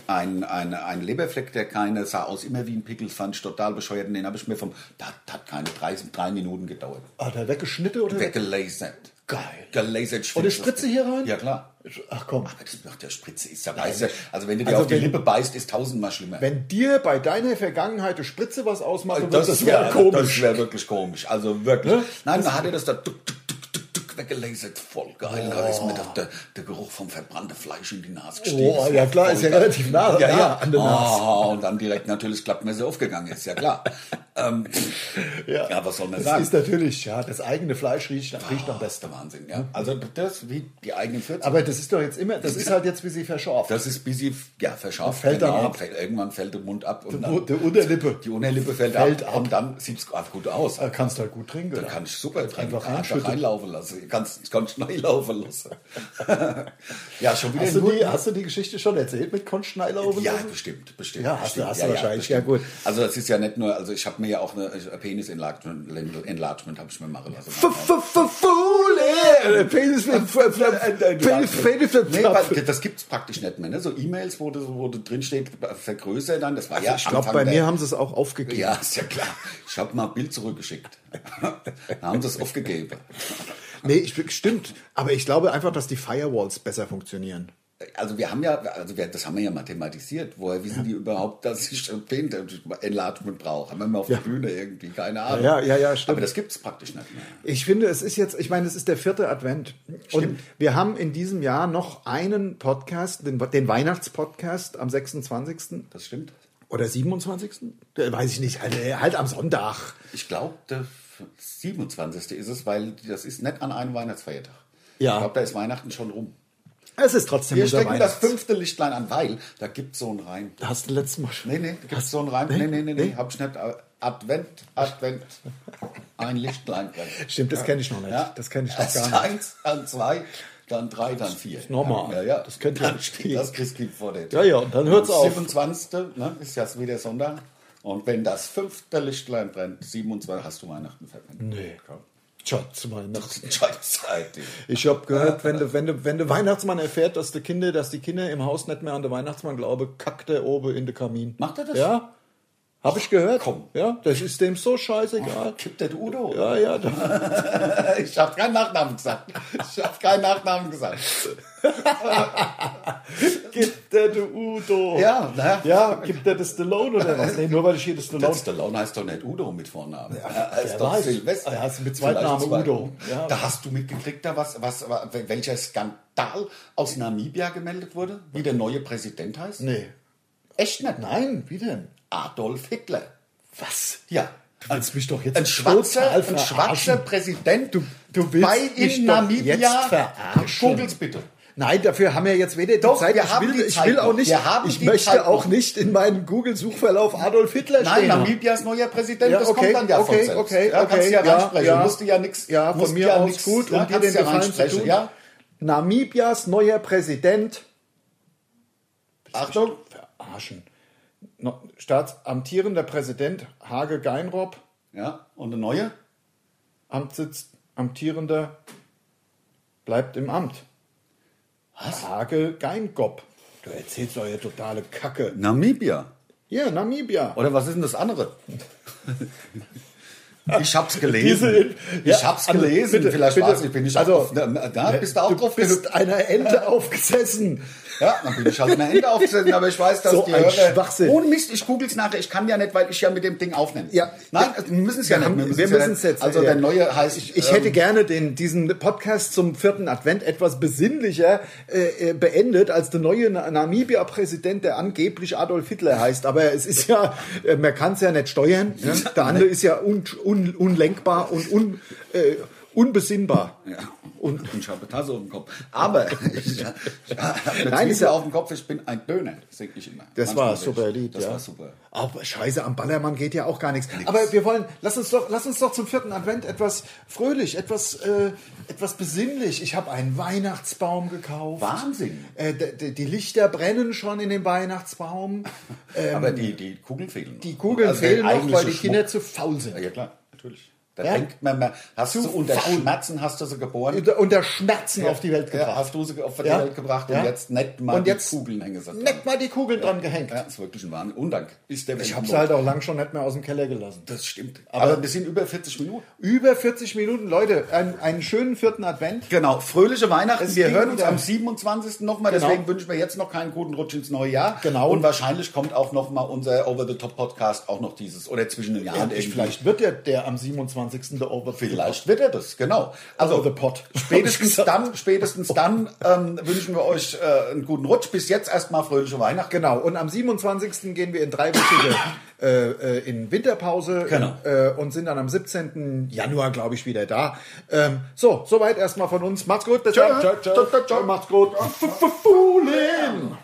Speaker 2: ein, ein, ein Leberfleck, der keine, sah aus immer wie ein Pickel, fand ich total bescheuert. Und den habe ich mir vom, das hat keine drei, drei Minuten gedauert.
Speaker 1: Hat er weggeschnitten oder?
Speaker 2: Weggelasert.
Speaker 1: Geil.
Speaker 2: Gelasert. ich
Speaker 1: Und eine
Speaker 2: find's
Speaker 1: Spritze
Speaker 2: lustig.
Speaker 1: hier rein?
Speaker 2: Ja, klar.
Speaker 1: Ach komm.
Speaker 2: Aber das nach der Spritze ist ja beißt ja- Also wenn du dir
Speaker 1: Also
Speaker 2: auf die
Speaker 1: wenn-
Speaker 2: Lippe beißt, ist tausendmal schlimmer.
Speaker 1: Wenn dir bei deiner Vergangenheit eine Spritze was ausmacht,
Speaker 2: Also
Speaker 1: wird, das
Speaker 2: wär-
Speaker 1: wäre
Speaker 2: Das
Speaker 1: komisch. Ne?
Speaker 2: wäre wirklich komisch. Also wirklich. Nein, man hat ja das da tuck, tuck, tuck, tuck, tuck weggelasert. Voll geil. Da ist mir doch der, der Geruch vom verbrannten Fleisch in die Nase gestiegen.
Speaker 1: Oh,
Speaker 2: Das
Speaker 1: ja
Speaker 2: war
Speaker 1: klar,
Speaker 2: voll
Speaker 1: ist ja
Speaker 2: geil.
Speaker 1: relativ nah-
Speaker 2: ja,
Speaker 1: nah
Speaker 2: ja.
Speaker 1: an der Nase.
Speaker 2: Oh, und dann direkt natürlich Klappmesser aufgegangen ist. Ja klar. ähm, ja. was soll man
Speaker 1: das
Speaker 2: sagen?
Speaker 1: ist natürlich, ja, das eigene Fleisch riecht, riecht am
Speaker 2: das
Speaker 1: besten.
Speaker 2: ist der Wahnsinn. Ja. Also das wie die eigenen 40.
Speaker 1: Aber das ist doch jetzt immer, das ist halt jetzt wie sie verschorft.
Speaker 2: Das ist bis sie ja, verschärft. Genau,
Speaker 1: Fällt dann ab.
Speaker 2: Fällt, irgendwann fällt der Mund ab. Und
Speaker 1: Die Unterlippe.
Speaker 2: Die Unterlippe fällt,
Speaker 1: Fällt
Speaker 2: ab,
Speaker 1: ab.
Speaker 2: Und dann sieht es gut aus.
Speaker 1: Da kannst du halt gut trinken.
Speaker 2: Dann kann ich super trinken.
Speaker 1: einfach
Speaker 2: Einfach, einfach
Speaker 1: reinschütten.
Speaker 2: reinlaufen lassen. Kannst, kannst schnell laufen lassen. ja, schon wieder
Speaker 1: Hast du,
Speaker 2: nur-
Speaker 1: die, hast du die Geschichte schon erzählt mit Konstschneilaufen?
Speaker 2: ja, bestimmt, bestimmt.
Speaker 1: Ja, hast du-
Speaker 2: bestimmt.
Speaker 1: hast du wahrscheinlich.
Speaker 2: bestimmt.
Speaker 1: Ja, gut.
Speaker 2: Also das ist ja nicht nur, also ich habe mir ja auch eine ich- Penis Enlargement, Enlargement habe ich mir machen lassen.
Speaker 1: Fool! Penis
Speaker 2: äh, Genau. Nee, weil das gibt's praktisch nicht mehr. Ne? So E-Mails, wo, das- wo drin steht, vergrößer dann. Das war ja
Speaker 1: Also, Ich glaube,
Speaker 2: Anfang
Speaker 1: bei
Speaker 2: der-
Speaker 1: mir haben sie es auch aufgegeben.
Speaker 2: Ja, ist ja klar. Ich habe mal ein Bild zurückgeschickt. da haben sie es aufgegeben.
Speaker 1: Nee, ich, stimmt. Aber ich glaube einfach, dass die Firewalls besser funktionieren.
Speaker 2: Also wir haben ja, also wir, das haben wir ja mal thematisiert. Woher wissen die überhaupt, dass ich ein Pen- Enlargement brauche? Haben wir mal auf der Bühne irgendwie, keine Ahnung.
Speaker 1: Ja, ja, ja, stimmt.
Speaker 2: Aber das gibt's praktisch nicht mehr.
Speaker 1: Ich finde, es ist jetzt, ich meine, es ist der vierte Advent. Und wir haben in diesem Jahr noch einen Podcast, den, den Weihnachtspodcast am 26.
Speaker 2: Das stimmt.
Speaker 1: oder 27. Der- Weiß ich nicht, halt, halt am Sonntag.
Speaker 2: Ich glaube, der 27. ist es, weil das ist nicht an einem Weihnachtsfeiertag.
Speaker 1: Ja.
Speaker 2: Ich glaube, da ist Weihnachten schon rum.
Speaker 1: Es ist trotzdem
Speaker 2: Wir
Speaker 1: unser
Speaker 2: stecken das
Speaker 1: Weihnachts.
Speaker 2: fünfte Lichtlein an, weil da gibt's so einen Reim.
Speaker 1: Hast du letztes Mal schon.
Speaker 2: Nee, nee, da gibt's so einen Reim. Nee, nee, nee, nee, hab ich nicht. Äh, Advent, Advent, ein Lichtlein brennt.
Speaker 1: Stimmt, das kenne ich noch nicht.
Speaker 2: Ja.
Speaker 1: Das kenne ich noch
Speaker 2: Erst
Speaker 1: gar nicht.
Speaker 2: eins, dann zwei, dann drei, dann vier.
Speaker 1: normal.
Speaker 2: Ja, ja.
Speaker 1: Das könnt ihr
Speaker 2: dann
Speaker 1: nicht
Speaker 2: steht das Christkind vor der
Speaker 1: Ja, ja, und dann hört's auf.
Speaker 2: 27. Ne, ist jetzt wieder Sonntag. Und wenn das fünfte Lichtlein brennt, 27 hast du Weihnachten verwendet.
Speaker 1: Nee. Schatz, Weihnachts.
Speaker 2: Scheiße.
Speaker 1: Ich habe gehört, wenn der wenn de, wenn de Weihnachtsmann erfährt, dass die Kinder, dass die Kinder im Haus nicht mehr an den Weihnachtsmann glauben, kackt er oben in den Kamin.
Speaker 2: Macht er das?
Speaker 1: Ja. Habe ich gehört.
Speaker 2: Komm.
Speaker 1: Ja, das ist dem so scheißegal.
Speaker 2: Kippt der Udo?
Speaker 1: Ja, ja, da,
Speaker 2: Ich hab keinen Nachnamen gesagt. Ich hab keinen Nachnamen gesagt.
Speaker 1: gibt der de Udo.
Speaker 2: Ja, ne?
Speaker 1: Ja, gibt der das Stallone oder was? Nee, nur weil ich hier das
Speaker 2: Der
Speaker 1: Stallone.
Speaker 2: Stallone heißt doch nicht Udo mit Vornamen. er
Speaker 1: wer
Speaker 2: ist doch
Speaker 1: weiß.
Speaker 2: Silvester.
Speaker 1: Er heißt mit Zweitnamen
Speaker 2: Vielleicht zwei-
Speaker 1: Udo. Ja.
Speaker 2: Da hast du mitgekriegt, da was, was, welcher Skandal aus Namibia gemeldet wurde, wie der neue Präsident heißt?
Speaker 1: Nee.
Speaker 2: Echt nicht?
Speaker 1: Nein, wie denn?
Speaker 2: Adolf Hitler.
Speaker 1: Was?
Speaker 2: Ja.
Speaker 1: Du willst mich doch jetzt
Speaker 2: ein schwarzer,
Speaker 1: total
Speaker 2: ein
Speaker 1: verarschen.
Speaker 2: schwarzer Präsident
Speaker 1: Du- du willst
Speaker 2: bei
Speaker 1: mich
Speaker 2: in
Speaker 1: doch
Speaker 2: Namibia.
Speaker 1: jetzt verarschen.
Speaker 2: Googelt's bitte.
Speaker 1: Nein, dafür haben wir jetzt weder die
Speaker 2: Doch,
Speaker 1: Zeit.
Speaker 2: wir
Speaker 1: ich
Speaker 2: haben
Speaker 1: will,
Speaker 2: die
Speaker 1: ich
Speaker 2: Zeit
Speaker 1: will auch
Speaker 2: noch.
Speaker 1: nicht.
Speaker 2: Wir haben
Speaker 1: ich
Speaker 2: die
Speaker 1: möchte
Speaker 2: Zeit
Speaker 1: auch
Speaker 2: noch.
Speaker 1: nicht in meinem Google-Suchverlauf Adolf Hitler
Speaker 2: Nein,
Speaker 1: stehen. haben.
Speaker 2: Namibias neuer Präsident,
Speaker 1: Ja,
Speaker 2: das
Speaker 1: okay,
Speaker 2: kommt dann ja
Speaker 1: okay,
Speaker 2: von selbst.
Speaker 1: okay,
Speaker 2: ja, kannst
Speaker 1: okay,
Speaker 2: du ja,
Speaker 1: ja,
Speaker 2: reinsprechen,
Speaker 1: ja,
Speaker 2: musst du ja nichts.
Speaker 1: Ja, von mir aus gut.
Speaker 2: ja,
Speaker 1: und dir
Speaker 2: kannst
Speaker 1: den
Speaker 2: ja
Speaker 1: Gefallen zu
Speaker 2: reinsprechen,
Speaker 1: tun.
Speaker 2: Ja?
Speaker 1: Namibias neuer Präsident.
Speaker 2: Achtung,
Speaker 1: Verarschen. No, Staatsamtierender Präsident Hage Geinrob.
Speaker 2: ja, und eine neue?
Speaker 1: Amtssitz amtierender bleibt im Amt. Was? Hage Geingob. Du erzählst doch ja totale Kacke.
Speaker 2: Namibia.
Speaker 1: Ja, Namibia.
Speaker 2: Oder was ist denn das andere? Ich hab's gelesen.
Speaker 1: Diese-
Speaker 2: ich
Speaker 1: ja,
Speaker 2: hab's
Speaker 1: also,
Speaker 2: gelesen.
Speaker 1: bitte,
Speaker 2: Vielleicht
Speaker 1: bitte.
Speaker 2: war's, ich bin nicht
Speaker 1: Also,
Speaker 2: auf, da, da Ah, bist du auch
Speaker 1: du
Speaker 2: drauf
Speaker 1: bist
Speaker 2: gehuckt.
Speaker 1: einer Ente aufgesessen.
Speaker 2: Ja, dann bin ich halt in der Ende aufgesessen, aber ich weiß, dass
Speaker 1: So
Speaker 2: die
Speaker 1: ein
Speaker 2: Hörer...
Speaker 1: Schwachsinn.
Speaker 2: Ohne Mist, ich googel's nachher, ich kann ja nicht, weil ich ja mit dem Ding aufnehme.
Speaker 1: Ja.
Speaker 2: Nein, also, wir müssen es ja
Speaker 1: Wir
Speaker 2: nicht.
Speaker 1: haben-
Speaker 2: müssen's
Speaker 1: wir
Speaker 2: ja
Speaker 1: müssen's
Speaker 2: nicht.
Speaker 1: jetzt-
Speaker 2: Also
Speaker 1: ja.
Speaker 2: der neue heißt...
Speaker 1: Ich hätte gerne den, diesen Podcast zum vierten Advent etwas besinnlicher äh, äh, beendet als der neue Na- Namibia-Präsident, der angeblich Adolf Hitler heißt. Aber es ist ja, äh, man kann es ja nicht steuern. Ne? Der andere ist ja un, un, unlenkbar und un, äh, unbesinnbar.
Speaker 2: ähm, Und, ich habe eine Tasse auf dem Kopf. Aber ich, ich habe eine
Speaker 1: Nein,
Speaker 2: Nein,
Speaker 1: ist
Speaker 2: ist
Speaker 1: ja-
Speaker 2: auf dem Kopf, ich bin ein Döner, sing ich immer.
Speaker 1: Das
Speaker 2: Manchmal
Speaker 1: war
Speaker 2: sing
Speaker 1: super
Speaker 2: ich.
Speaker 1: Lied,
Speaker 2: Das
Speaker 1: ja.
Speaker 2: war super.
Speaker 1: Aber scheiße, am Ballermann geht ja auch gar nichts. Aber wir wollen, lass uns doch, lass uns doch zum vierten Advent etwas fröhlich, etwas, äh, etwas besinnlich. Ich habe einen Weihnachtsbaum gekauft.
Speaker 2: Wahnsinn.
Speaker 1: Äh, d- d- die Lichter brennen schon in dem Weihnachtsbaum.
Speaker 2: Aber die, Ähm, die Kugeln fehlen noch.
Speaker 1: Die Kugeln
Speaker 2: Also der
Speaker 1: fehlen noch,
Speaker 2: eigentliche
Speaker 1: weil die
Speaker 2: Schmuck.
Speaker 1: Kinder zu faul
Speaker 2: Ja,
Speaker 1: sind.
Speaker 2: ja, klar, natürlich. Da
Speaker 1: Ja.
Speaker 2: denkt man, man hast
Speaker 1: Zu
Speaker 2: du unter
Speaker 1: faul.
Speaker 2: Schmerzen hast du sie geboren.
Speaker 1: Unter, unter Schmerzen auf die Welt
Speaker 2: Ja,
Speaker 1: gebracht.
Speaker 2: hast du sie auf die
Speaker 1: Ja.
Speaker 2: Welt gebracht
Speaker 1: Ja.
Speaker 2: und jetzt nicht mal
Speaker 1: Und jetzt-
Speaker 2: die Kugeln hängen sie dran.
Speaker 1: Nicht mal die Kugel dran gehängt.
Speaker 2: Ja, ist wirklich ein Wahnsinn. Und dann ist der
Speaker 1: Ich
Speaker 2: Wind
Speaker 1: habe es
Speaker 2: los.
Speaker 1: halt auch lang schon nicht mehr aus dem Keller gelassen.
Speaker 2: Das stimmt.
Speaker 1: Aber-
Speaker 2: halt- Aber, wir sind über 40 Minuten.
Speaker 1: Über 40 Minuten, Leute, einen, einen schönen vierten Advent.
Speaker 2: Genau, fröhliche Weihnachten.
Speaker 1: Es
Speaker 2: wir
Speaker 1: ging
Speaker 2: hören uns
Speaker 1: wieder.
Speaker 2: am 27. nochmal,
Speaker 1: Genau.
Speaker 2: deswegen wünschen wir jetzt noch keinen guten Rutsch ins neue Jahr.
Speaker 1: Genau.
Speaker 2: Und wahrscheinlich kommt auch nochmal unser Over-the-Top-Podcast auch noch dieses oder zwischen den Jahren.
Speaker 1: Endlich,
Speaker 2: irgendwie.
Speaker 1: vielleicht wird ja der am 27. der Overfield.
Speaker 2: Vielleicht wird er das, genau. Also
Speaker 1: Over the pot.
Speaker 2: Spätestens dann, spätestens dann ähm, wünschen wir euch äh, einen guten Rutsch. Bis jetzt erstmal fröhliche Weihnachten.
Speaker 1: Genau, und am 27. gehen wir in drei Wöchige äh, äh, in Winterpause
Speaker 2: Genau.
Speaker 1: äh, und sind dann am 17. Januar, glaube ich, wieder da. Ähm, so, soweit erstmal von uns. Macht's gut, bis
Speaker 2: Tschö.
Speaker 1: dann.
Speaker 2: Tschö, tschö.
Speaker 1: Macht's gut. F- f- Fufulin.